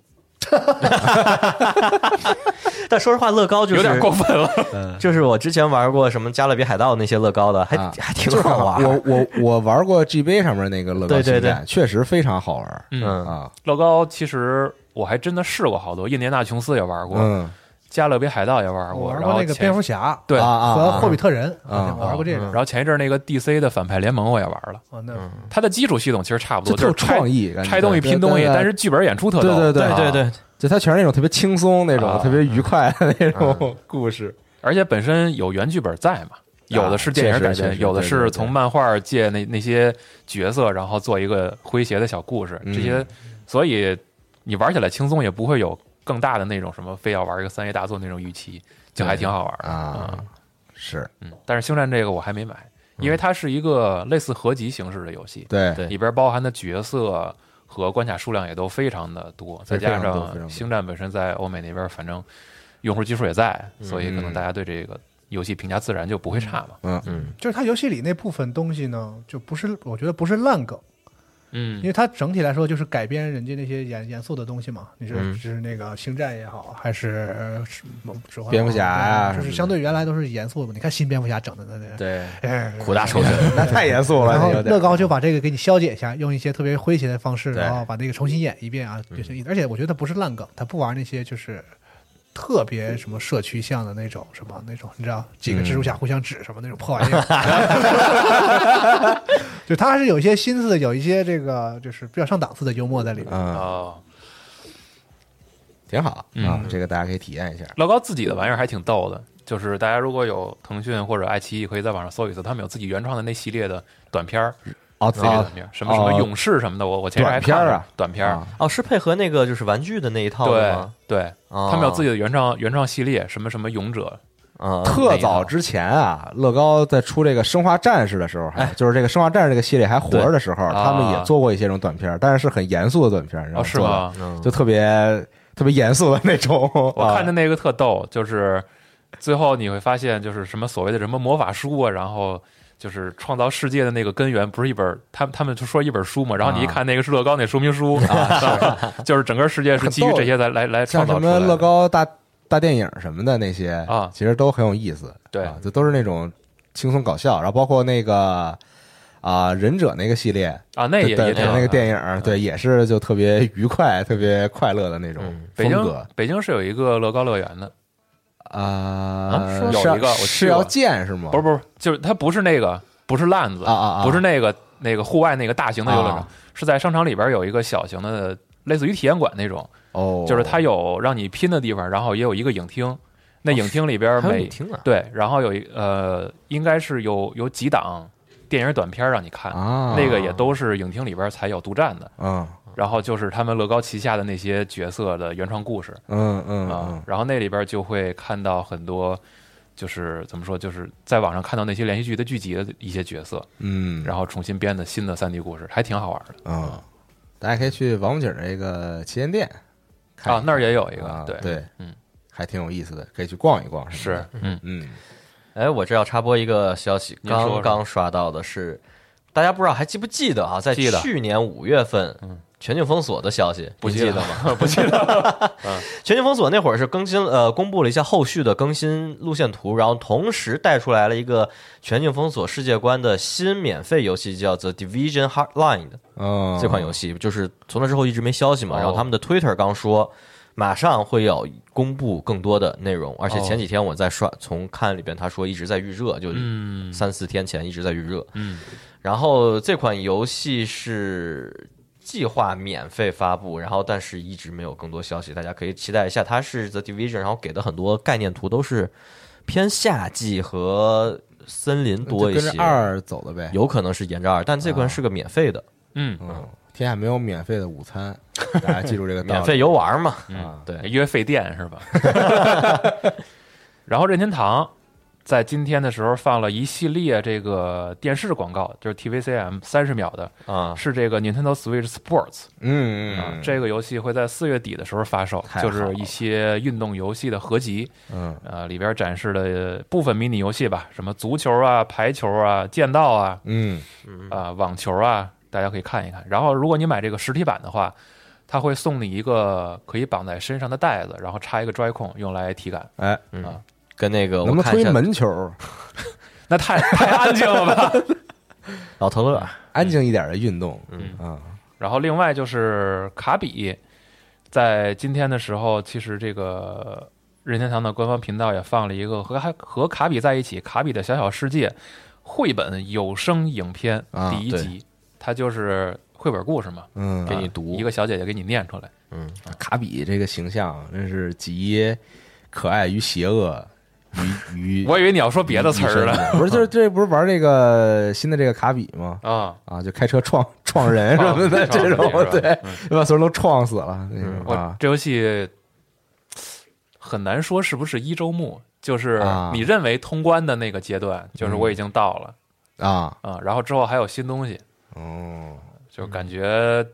E: 但说实话，乐高就是
C: 有点过 分了。
E: 就是我之前玩过什么《加勒比海盗》那些乐高的，还、
B: 啊
E: 还挺
B: 就是
E: 好玩。
B: 我我我玩过 GB 上面那个乐高
E: 对对
B: 星战，确实非常好玩
E: 嗯
B: 啊，
C: 乐高其实我还真的试过好多，印第安纳琼斯也玩过，
B: 嗯
C: 加勒比海盗也玩
D: 我玩
C: 然
D: 过
C: 后
D: 那个
C: 前
D: 蝙蝠侠
C: 对嗯
B: 啊啊，
D: 和
B: 啊
D: 霍比特人，
B: 啊嗯
D: 我玩过这个
C: 然。后前一阵儿那个 DC 的反派联盟我也玩了，
D: 啊，那
C: 它的基础系统其实差不
B: 就
C: 多，
B: 特
C: 就
B: 有
C: 是拆
B: 创意，感觉
C: 拆东西拼东西，但是剧本演出特
B: 对
C: 逗。
B: 对
E: 对
B: 对，
E: 对对，
B: 就它全是那种特别轻松、那种
C: 啊
B: 特别愉快的那种故事。
C: 而且本身有原剧本在嘛，有的是电影改
B: 啊确实确
C: 编，
B: 实
C: 有的
B: 对对
C: 是
B: 对
C: 从漫画借那那些角色，然后做一个诙谐的小故事，
B: 嗯
C: 这些，所以你玩起来轻松，也不会有更大的那种什么非要玩一个三 A 大作那种预期，就还挺好玩的
B: 啊，是
C: 嗯，但是星战这个我还没买，因为
B: 嗯
C: 它是一个类似合集形式的游戏，
B: 对
E: 对
C: 里边包含的角色。和关卡数量也都非常的多，再
B: 非常
C: 加
B: 多非常多
C: 上星战本身在欧美那边，反正用户基数也在，
B: 嗯
C: 所以可能大家对这个游戏评价自然就不会差嘛。
B: 嗯
D: 就是它游戏里那部分东西呢，就不是我觉得不是烂梗，因
C: 嗯
D: 为它整体来说就是改编人家那些严严肃的东西嘛。你是
E: 嗯
D: 就是那个星战也好，还是呃是某指环
B: 蝙蝠侠呀
D: 嗯
B: 什么
D: 就
B: 的
D: 是相对原来都是严肃的嘛。你看新蝙蝠侠整的那那
B: 对，
D: 哎
E: 苦大仇深。
B: 那太严肃了，
D: 然后
B: 有点
D: 乐高就把这个给你消解一下，用一些特别诙谐的方式，
B: 对嗯
D: 然后把那个重新演一遍啊，就是意思。而且我觉得它不是烂梗，它不玩那些就是特别什么社区向的那种什么那种，你知道几
B: 嗯
D: 个蜘蛛侠互相指什么那种破玩意儿。 就它还是有一些心思的，有一些这个就是比较上档次的幽默在里面。
B: 嗯，
C: 哦，
B: 挺好啊
C: 嗯，
B: 这个大家可以体验一下。
C: 乐高自己的玩意儿还挺逗的，就是大家如果有腾讯或者爱奇艺，可以在网上搜一搜，他们有自己原创的那系列的短片儿，
B: 哦
C: 自己的短片儿，什么什么勇士什么的，我我前面还看了
B: 啊短片儿啊
C: 短片儿，
B: 啊
E: 哦，是配合那个就是玩具的那一套的
C: 对
E: 吗？
C: 对，
E: 哦
C: 他们有自己的原创原创系列，什么什么勇者，
E: 啊，
B: 特早之前啊，乐高在出这个《生化战士》的时候，还就是这个《生化战士》这个系列还活着的时候，
C: 对
B: 他们
C: 啊
B: 也做过一些这种短片，但是是很严肃的短片，然后
C: 哦是
B: 做的
C: 吗？
E: 嗯
B: 就特别特别严肃的那 种。
C: 我看的
B: 的
C: 那个特逗，就是最后你会发现，就是什么所谓的什么魔法书啊，然后就是创造世界的那个根源，不是一本他们他们就说一本书嘛，然后你一
B: 啊
C: 看那个是乐高那说明书，啊、 就是整个世界是基于这些来来来
B: 像
C: 创
B: 什
C: 造出来
B: 么
C: 的。
B: 乐高大大电影什么的那些
C: 啊
B: 其实都很有意思。
C: 对
B: 啊，这都是那种轻松搞笑，然后包括那个啊忍者那个系列，
C: 啊，那也
B: 对
C: 也
B: 对
C: 挺嗯
B: 那个电影，对，也是就特别愉快、特别快乐的那种
E: 嗯
C: 北
B: 风
C: 京
B: 格
C: 北京是有一个乐高乐园的，
B: 啊
C: 说
B: 是
C: 有一个我去
B: 是要
C: 过
B: 建是吗？
C: 不是不是，就是它不是那个不是烂子
B: 啊啊啊
C: 不是那个那个户外那个大型的游乐场
B: 啊，
C: 是在商场里边有一个小型的类似于体验馆那种。
B: 哦，
C: 就是它有让你拼的地方，然后也有一个影厅，那影厅里边
E: 还有
C: 每、
E: 你听啊，
C: 对，然后有一呃，应该是有有几档电影短片让你看，
B: 啊
C: 那个也都是影厅里边才有独占的。
B: 嗯
C: 然后就是他们乐高旗下的那些角色的原创故事
B: 嗯嗯
C: 啊、
B: 嗯
C: 然后那里边就会看到很多。就是怎么说，就是在网上看到那些连续剧的剧集的一些角色，
B: 嗯，
C: 然后重新编的新的三 D 故事，还挺好玩的
B: 嗯，大家可以去王府井那个旗舰店看
C: 啊。那儿也有一
B: 一
C: 个，
B: 看啊
C: 对，
B: 对，
C: 嗯，
B: 还挺有意思的，可以去逛一逛。
C: 是，嗯，
B: 嗯，
E: 哎，我这要插播一个消息，
C: 您说说
E: 刚刚刷到的是，大家不知道还记不记得啊？在
C: 记得嗯
E: 去年五月份，全境封锁的消息，
C: 不
E: 您
C: 记
E: 记
C: 得
E: 得吗？
C: 吗？不记得，
E: 全境封锁那会儿是更新呃，公布了一下后续的更新路线图，然后同时带出来了一个全境封锁世界观的新免费游戏，叫《The Division Hardline》的
B: 嗯，
E: 这款游戏，就是从那之后一直没消息嘛。
C: 哦
E: 然后他们的 Twitter 刚说，马上会要公布更多的内容，而且前几
B: 哦
E: 天我在刷从看里边他说一直在预热，就
C: 嗯
E: 三四天前一直在预热。
C: 嗯，
E: 然后这款游戏是计划免费发布，然后但是一直没有更多消息，大家可以期待一下。它是 The Division，然后给的很多概念图都是偏夏季和森林
B: 那就
E: 多一
B: 跟
E: 些
B: 着，二走的呗。啊
E: 有可能是沿着二，但这款是个免费的，
C: 嗯，
B: 嗯，天下没有免费的午餐，大家记住这 个道理。
E: 免费游玩嘛，
B: 啊，
E: 对，
C: 约费电是吧？然后任天堂在今天的时候放了一系列这个电视广告，就是 TVCM 三十秒的，
E: 啊，
C: 是这个 Nintendo Switch Sports
B: 嗯嗯
C: 啊、
B: 嗯，
C: 这个游戏会在四月底的时候发售
B: 太，好
C: 就
B: 了
C: 是一些运动游戏的合集，
B: 嗯
C: 呃，里边展示了部分迷你游戏吧，什么足球啊、排球啊、剑道啊、
B: 嗯
C: 啊、网球啊，大家可以看一看。然后，如果你买这个实体版的话，它会送你一个可以绑在身上的带子，然后插一个 Joy 控用来体感。
B: 哎，
E: 跟那个
B: 能不
E: 我
B: 能
E: 看一
B: 推
E: 下
B: 门球？
C: 那太太安静了吧？
E: 老头乐，
B: 安静一点的运动，
E: 嗯
B: 啊，
C: 然后，另外就是卡比，在今天的时候，其实这个任天堂的官方频道也放了一个和和卡比在一起《卡比的小小世界》绘本有声影片
B: 啊
C: 第一
E: 对
C: 集，它就是绘本故事嘛，
B: 嗯，
E: 给你
C: 啊
E: 读
C: 一个小姐姐给你念出来。
E: 嗯，
B: 卡比这个形象真是集可爱与邪恶与与
C: 我以为你要说别的词儿了
B: 了，不是，就是这不是玩这个新的这个卡比吗？
C: 啊。
B: 啊，就开车撞 撞人什么的
C: 啊
B: 这种
C: 撞人，是吧
B: 对，嗯把所有人都撞死了那种
C: 我
B: 啊。
C: 这游戏很难说是不是一周目，就是
B: 啊嗯
C: 你认为通关的那个阶段，就是我已经到了
B: 啊，
C: 啊，然后之后还有新东西，
B: 哦
C: 就感觉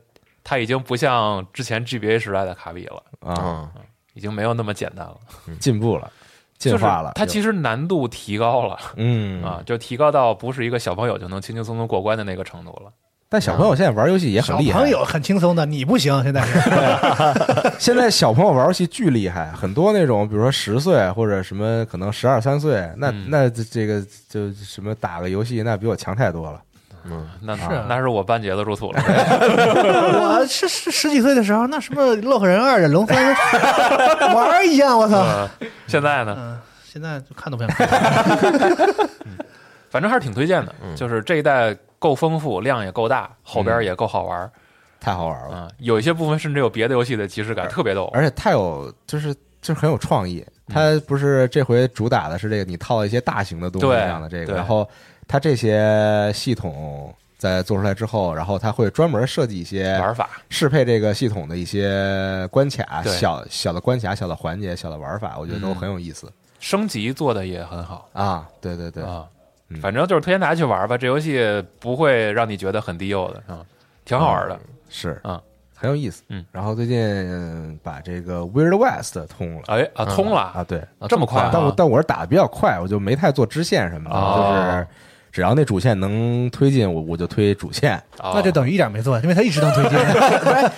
C: 它已经不像之前 GBA 时代的卡比了，
B: 啊，
E: 啊，
C: 已经没有那么简单了，
B: 进步了，进化了
C: 嗯就是，它其实难度提高了
B: 嗯
C: 啊，，就提高到不是一个小朋友就能轻轻松松过关的那个程度了。
B: 但小朋友现在玩游戏也很
D: 小
B: 厉害，
D: 朋友很轻松的，你不行，现在是
B: 现在小朋友玩游戏巨厉害，很多那种，比如说十岁或者什么，可能十二三岁，那、
C: 嗯
B: 那这这个就什么打个游戏，那比我强太多了。
C: 那
D: 是啊
C: 那是我半截子入土了，
D: 我是十十几岁的时候，那什么《洛克人二》《忍龙三》 玩儿一样，我 操！
C: 嗯现在呢？
D: 嗯，现在就看都不想看。
C: 反正还是挺推荐的，
B: 嗯
C: 就是这一代够丰富，量也够大，后边也够好玩儿
B: 太好玩了，
C: 啊、有一些部分甚至有别的游戏的即视感，特别逗。
B: 嗯而且太有就是就是很有创意。它不是这回主打的是这个，你套一些大型的东西
C: 对
B: 这样的这个，
C: 对
B: 然后它这些系统在做出来之后，然后它会专门设计一些
C: 玩法，
B: 适配这个系统的一些关卡，
C: 对嗯
B: 小小的关卡、小的环节、小的玩法，我觉得都很有意思、
C: 升级做的也很好
B: 啊！对对对，
C: 啊、
B: 嗯
C: 反正就是推荐大家去玩吧，这游戏不会让你觉得很低幼的啊、挺好玩的。
B: 是
C: 啊，
B: 很有意思。
C: 嗯，
B: 然后最近嗯把这个 Weird West 通了
C: 哎啊，通了、
B: 啊，对，
C: 这么快、啊
B: 但我但我是打的比较快，我就没太做支线什么的，
C: 哦
B: 就是只要那主线能推进，我我就推主线。
C: 哦
D: 那就等于一点没做，因为他一直能推荐。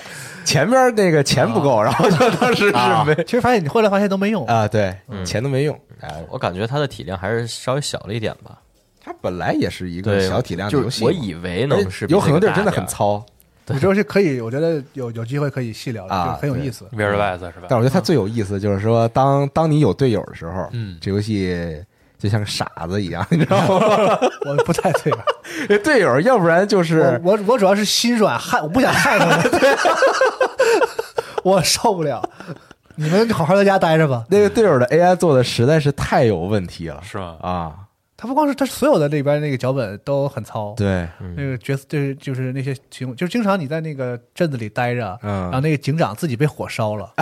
B: 前边那个钱不
E: 哦
B: 够，然后就当 时是没
D: 其实发现你后来发现都没用，
B: 啊，对，
E: 嗯
B: 钱都没用。哎，
E: 我感觉它的体量还是稍微小了一点吧，
B: 它本来也是一个
E: 对，
B: 小体量的游
E: 就是
B: 戏
E: 我
B: 嘛，
E: 以为
B: 而
E: 能
B: 且
E: 是比
B: 有
E: 这
B: 很多
E: 个
B: 地儿真的
E: 大点
B: 很
E: 儿，嗯
B: 糙，
D: 你这游戏可以，我觉得有有机会可以细聊的，
B: 啊
D: 就很有意思。
C: v e r y w i s e 是吧？
B: 但我觉得它最有意思的就是说，当当你有队友的时候，
C: 嗯
B: 这游戏就像个傻子一样，你知道吗？
D: 我不太对吧？
B: 这队友要不然就是
D: 我我我主要是心软，害我不想害他们， 我受不了。你们好好在家待着吧。
B: 那个队友的 AI 做的实在是太有问题了，
C: 是吗？
B: 啊，
D: 他不光是他所有的那边那个脚本都很糙，
B: 对，
E: 嗯
D: 那个角色就是就是那些警，就是经常你在那个镇子里待着，
B: 嗯
D: 然后那个警长自己被火烧了，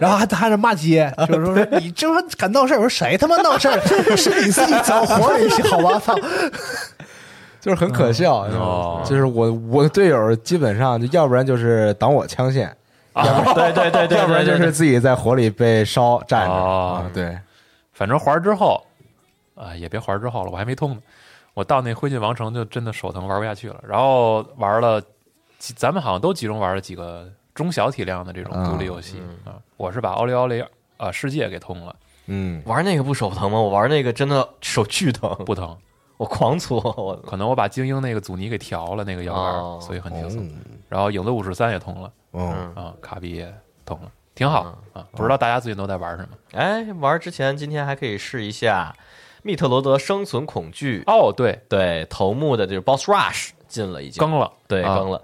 D: 然后还还在骂街，就是说你这玩意儿敢闹事儿，我说谁他妈闹事儿， 是你自己找活儿也行，好吧，操，
B: 就是很
E: 嗯
B: 可笑，
C: 哦
B: 就是我我的队友基本上就要不然就是挡我枪线，
E: 对对对对，
B: 要不然就是自己在火里被烧站着，
C: 哦
B: 啊对，
C: 反正玩之后啊、也别玩之后了，我还没通呢。我到那灰烬王城就真的手疼玩不下去了，然后玩了几，咱们好像都集中玩了几个中小体量的这种
B: 啊
C: 独立游戏
E: 嗯
C: 啊、我是把奥利奥利啊世界给通了，
B: 嗯，
E: 玩那个不手疼吗？我玩那个真的手巨疼，
C: 不疼，
E: 我狂搓，我
C: 可能我把精英那个阻尼给调了那个摇杆，
E: 哦
C: 所以很轻松。
B: 哦，
C: 然后影子五十三也通了
B: 哦，
C: 啊、卡比也通了，挺好
E: 嗯
C: 啊。不知道大家最近都在玩什么？
E: 哎，玩之前今天还可以试一下密特罗德生存恐惧，
C: 哦，对，
E: 对头目的就是 Boss Rush 进了已经，
C: 更了，
E: 对
C: 啊
E: 更了。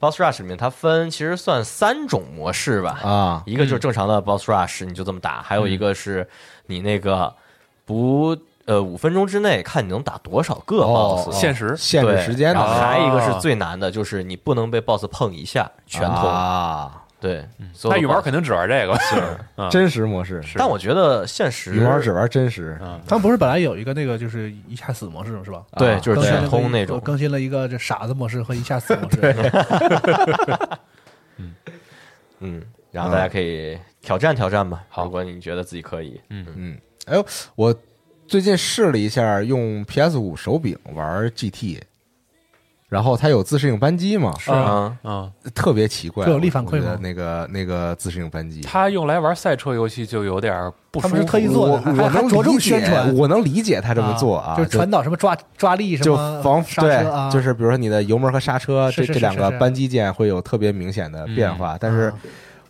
E: Boss Rush 里面它分其实算三种模式吧，
B: 啊，
E: 一个就是正常的 Boss Rush，你就这么打；还有一个是你那个不呃五分钟之内看你能打多少个
B: 哦
E: BOSS，、
C: 限时
B: 限制
E: 对
B: 时间
E: 然后
B: 的
C: 啊
E: 还有一个是最难的，就是你不能被 BOSS 碰一下全通。
B: 啊，
E: 对，所
C: 那
E: 有的
C: 羽毛
E: boss
C: 肯定只玩这个， 啊
B: 真实模式，
C: 是
E: 但我觉得现实
B: 羽毛只玩真实，
E: 嗯
D: 他们不是本来有一个那个就是一下死模式吗是吧？
E: 对
B: 啊
E: 就是
D: 更新了
E: 全
D: 个
E: 通那种。
D: 更新了一个这傻子模式和一下死模式。
E: 嗯，然后大家可以挑战挑战吧。如果你觉得自己可以，
C: 嗯
B: 哎呦，我最近试了一下用 PS 五手柄玩 GT，然后它有自适应扳机嘛，
D: 是啊
E: 嗯，
C: 嗯，
B: 特别奇怪，
D: 这有
B: 我
D: 力反馈吗
B: 我觉得那个那个自适应扳机，
C: 它用来玩赛车游戏就有点不舒
D: 他
C: 服。
D: 们是特意做
B: 我
D: 的，还
B: 我
D: 还
B: 能
D: 着重
B: 理解
D: 宣传，
B: 我能理解他这么做啊，
D: 就是传导什么抓抓力什
B: 就
D: 么
B: 防
D: 刹车啊，
B: 对，就是比如说你的油门和刹车
D: 是
B: 这
D: 是
B: 这两
D: 是
B: 个
D: 是啊
B: 扳机键会有特别明显的变化，但是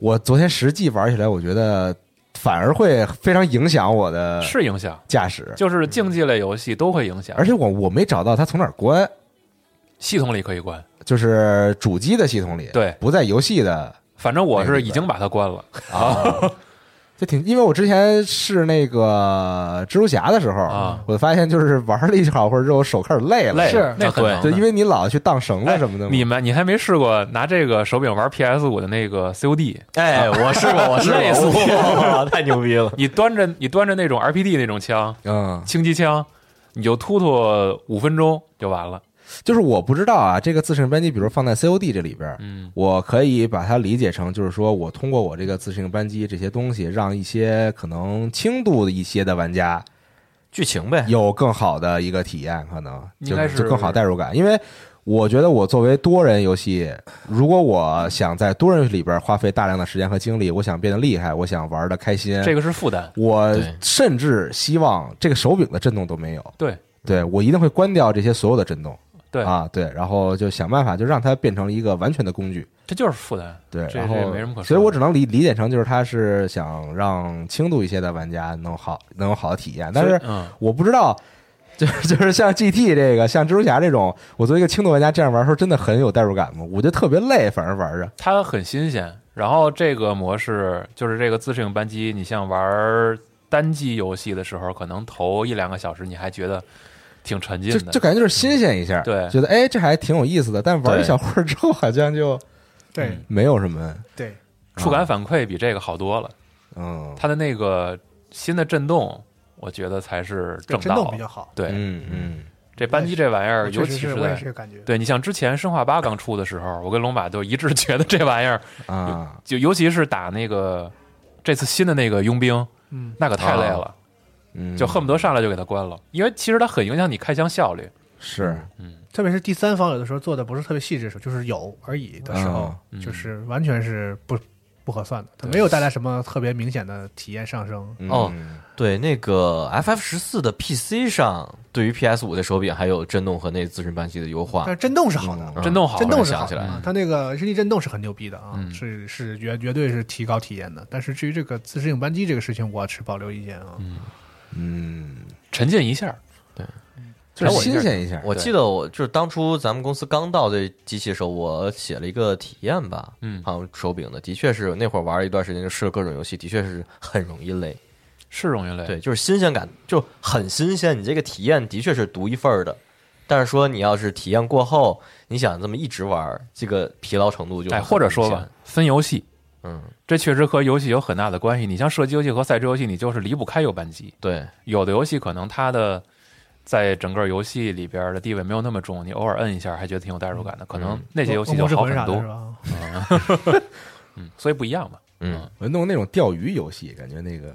B: 我昨天实际玩起来，我觉得反而会非常影响我的
C: 是影响，
B: 驾驶，
C: 就是竞技类游戏都会影响，
B: 而且我我没找到它从哪儿关，
C: 系统里可以关。
B: 就是主机的系统里，
C: 对
B: 不在游戏的。
C: 反正我是已经把它关了，
B: 就挺，因为我之前试那个蜘蛛侠的时候，
C: 啊
B: 我发现就是玩了一会儿或者之后手开始累了，
C: 累嗯
D: 是
C: 那很
B: 对，因
C: 为
B: 为你老去荡绳子什么的嘛。
C: 哎你们你还没试过拿这个手柄玩 PS 五的那个 COD，
E: 哎，我试过，我试过，
C: 累死
E: 哇 太牛逼了！
C: 你端着你端着那种 RPD 那种枪，
B: 嗯，
C: 轻机枪，你就突突五分钟就完了。
B: 就是我不知道啊，这个自适应扳机，比如放在 COD 这里边儿，
C: 嗯
B: 我可以把它理解成，就是说我通过我这个自适应扳机这些东西，让一些可能轻度的一些的玩家
E: 剧情 呗，
B: 有更好的一个体验，可能
C: 应
B: 就
C: 该是
B: 就更好代入感。因为我觉得我作为多人游戏，如果我想在多人里边儿花费大量的时间和精力，我想变得厉害，我想玩的开心，
C: 这个是负担，
B: 我
E: 对
B: 甚至希望这个手柄的震动都没有。
C: 对
B: 对我一定会关掉这些所有的震动。
C: 对，
B: 啊，对，然后就想办法就让它变成一个完全的工具，
C: 这就是负担。
B: 对，
C: 这
B: 然
C: 这
B: 后
C: 没什么可说的
B: 所以我只能理理解成就是他是想让轻度一些的玩家能好能有好的体验，但
C: 所
B: 是
C: 以嗯
B: 我不知道，就是就是像 GT 这个像蜘蛛侠这种，我作为一个轻度玩家这样玩的时候真的很有代入感吗？我觉得特别累，反而玩着
C: 它很新鲜。然后这个模式就是这个自适应扳机，你像玩单机游戏的时候，可能头一两个小时你还觉得挺沉浸
B: 就
C: 的，
B: 就感觉就是新鲜一下，
C: 对
B: 觉得哎这还挺有意思的，但玩一
E: 对
B: 小会儿之后好像就
D: 对
B: 没有什么，
D: 对，
C: 触感反馈比这个好多了。
B: 嗯
C: 它的那个新的震动，我觉得才是正
D: 震
C: 道
D: 动比。较好。
C: 对，
B: 嗯嗯，
C: 这扳机这玩意儿，尤
D: 确
C: 其
D: 实是我也
C: 在
D: 是感觉，
C: 对你像之前生化八刚出的时候，我跟龙马就一致觉得这玩意儿，
B: 啊，
C: 就尤其是打那个这次新的那个佣兵，
D: 嗯，
C: 那可太累
E: 啊
C: 了，
B: 嗯，
C: 就恨不得上来就给它关了，因为其实它很影响你开枪效率。
B: 是
D: 特别是第三方有的时候做的不是特别细致的时候，就是有而已的时
C: 啊
D: 候，就是完全是不不合算的，它没有带来什么特别明显的体验上升。
E: 哦
B: 嗯
E: 对，那个 FF 十四的 PC 上，对于 PS 五的手柄还有震动和那自身扳机的优化
D: 但，是震动是好的，
B: 嗯
C: 震动好，
D: 震动是
E: 想
D: 好
E: 起
C: 嗯
D: 的
E: 来
D: 啊，它那个 HD 震动是很牛逼的啊，是是绝绝对是提高体验的。但是至于这个自适应扳机这个事情，我持保留意见啊。
B: 嗯。
C: 沉浸一下，
B: 就是
C: 哎我
B: 新鲜一下。
E: 我记得我就是当初咱们公司刚到这机器的时候，我写了一个体验吧，
C: 嗯
E: 好像手柄的，的确是那会儿玩了一段时间，就试了各种游戏，的确是很容易累。
C: 是容易累。
E: 对，就是新鲜感就很新鲜，你这个体验的确是独一份儿的。但是说你要是体验过后，你想这么一直玩儿，这个疲劳程度就
C: 哎，
E: 很
C: 或者说
E: 明
C: 吧
E: 显，，
C: 分游戏，
E: 嗯，
C: 这确实和游戏有很大的关系。你像射击游戏和赛车游戏，你就是离不开有扳机。
E: 对，
C: 有的游戏可能它的在整个游戏里边的地位没有那么重，你偶尔摁一下还觉得挺有代入感的。可能那些游戏
D: 我
C: 就
D: 我是
C: 好
D: 魂
C: 很
D: 啥的
C: 多
D: 是，吧？
C: 嗯，所以不一样嘛。
E: 嗯，
B: 我弄那种钓鱼游戏，感觉那个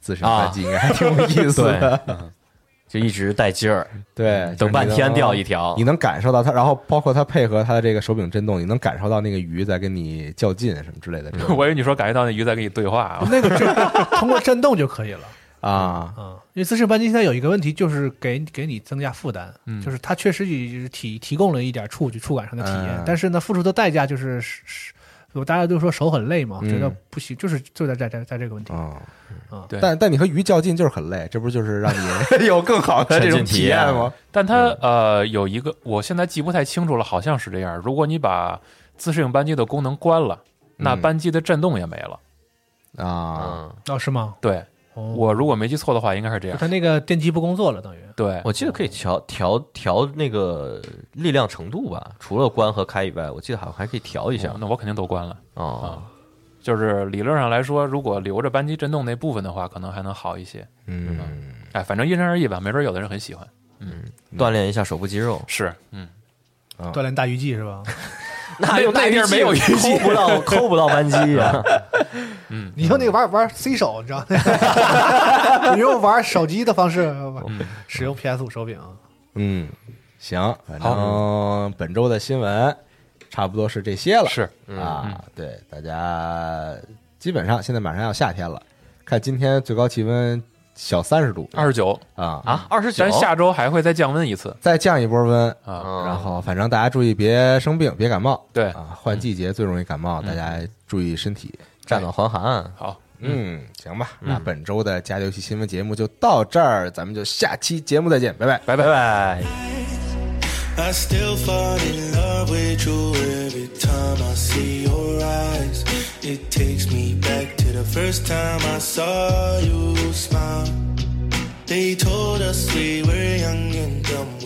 B: 自身扳机应该还挺有意思的。
E: 就一直带劲儿，
B: 对，就是
E: 等半
B: 你能
E: 天掉一条
B: 你能感受到它，然后包括它配合它的这个手柄震动，你能感受到那个鱼在跟你较劲什么之类的这种
C: 我以为你说感觉到那鱼在跟你对话 啊，
D: 那个震通过震动就可以了。
B: 啊。
D: 啊，因为自适应扳机现在有一个问题，就是给给你增加负担，
B: 嗯
D: 就是它确实也提提供了一点触触感上的体验，
B: 嗯
D: 但是呢，付出的代价就是是是，大家都说手很累嘛，觉得不行，就是就在在在在这个问题，
B: 嗯啊、
D: 啊
C: 对
B: 但但你和鱼较劲就是很累，这不就是让你有更好的这种体验吗？
C: 但它呃有一个，我现在记不太清楚了，好像是这样。如果你把自适应扳机的功能关了，那
B: 嗯
C: 扳机的震动也没了。
B: 啊，
E: 嗯，
D: 哦，是吗？
C: 对，
D: 哦
C: 我如果没记错的话，应该是这样。
D: 它那个电机不工作了，等于
C: 对，
E: 我记得可以调调调那个力量程度吧，除了关和开以外，我记得好像还可以调一下
C: 哦那我肯定都关了。
E: 哦，
C: 就是理论上来说，如果留着扳机震动那部分的话，可能还能好一些。
B: 嗯，
C: 哎，反正因人而异吧，没准有的人很喜欢。
E: 锻炼一下手部肌肉。
C: 是，嗯，
B: 啊
D: 锻炼大鱼记是吧？
E: 那
C: 有 那地儿没有
E: 鱼 钩不到 抠不到扳机啊。
B: 嗯
D: 你就那个玩玩 C 手，你知道， 你用玩手机的方式使用 PS 五手柄啊。
B: 嗯，行，反正本周的新闻差不多是这些了。
C: 是
B: 啊，对大家基本上现在马上要夏天了，看今天最高气温小三十度
C: 二十九
B: 啊
E: 啊，二十九
C: 咱。下周还会再降温一次
B: 再降一波温，
C: 啊。
E: 嗯
B: 然后反正大家注意别生病，别感冒。
C: 对
B: 啊，换季节最容易感冒，大家注意身体。
E: 战暖还寒，
C: 好，
B: 嗯，行吧，那本周的加游戏新闻节目就到这儿，咱们就下期节目再见，拜拜。
E: 拜拜。
A: I still fall in love with you every time I see your eyes. It takes me back to the first time I saw you smile. They told us we were young and dumb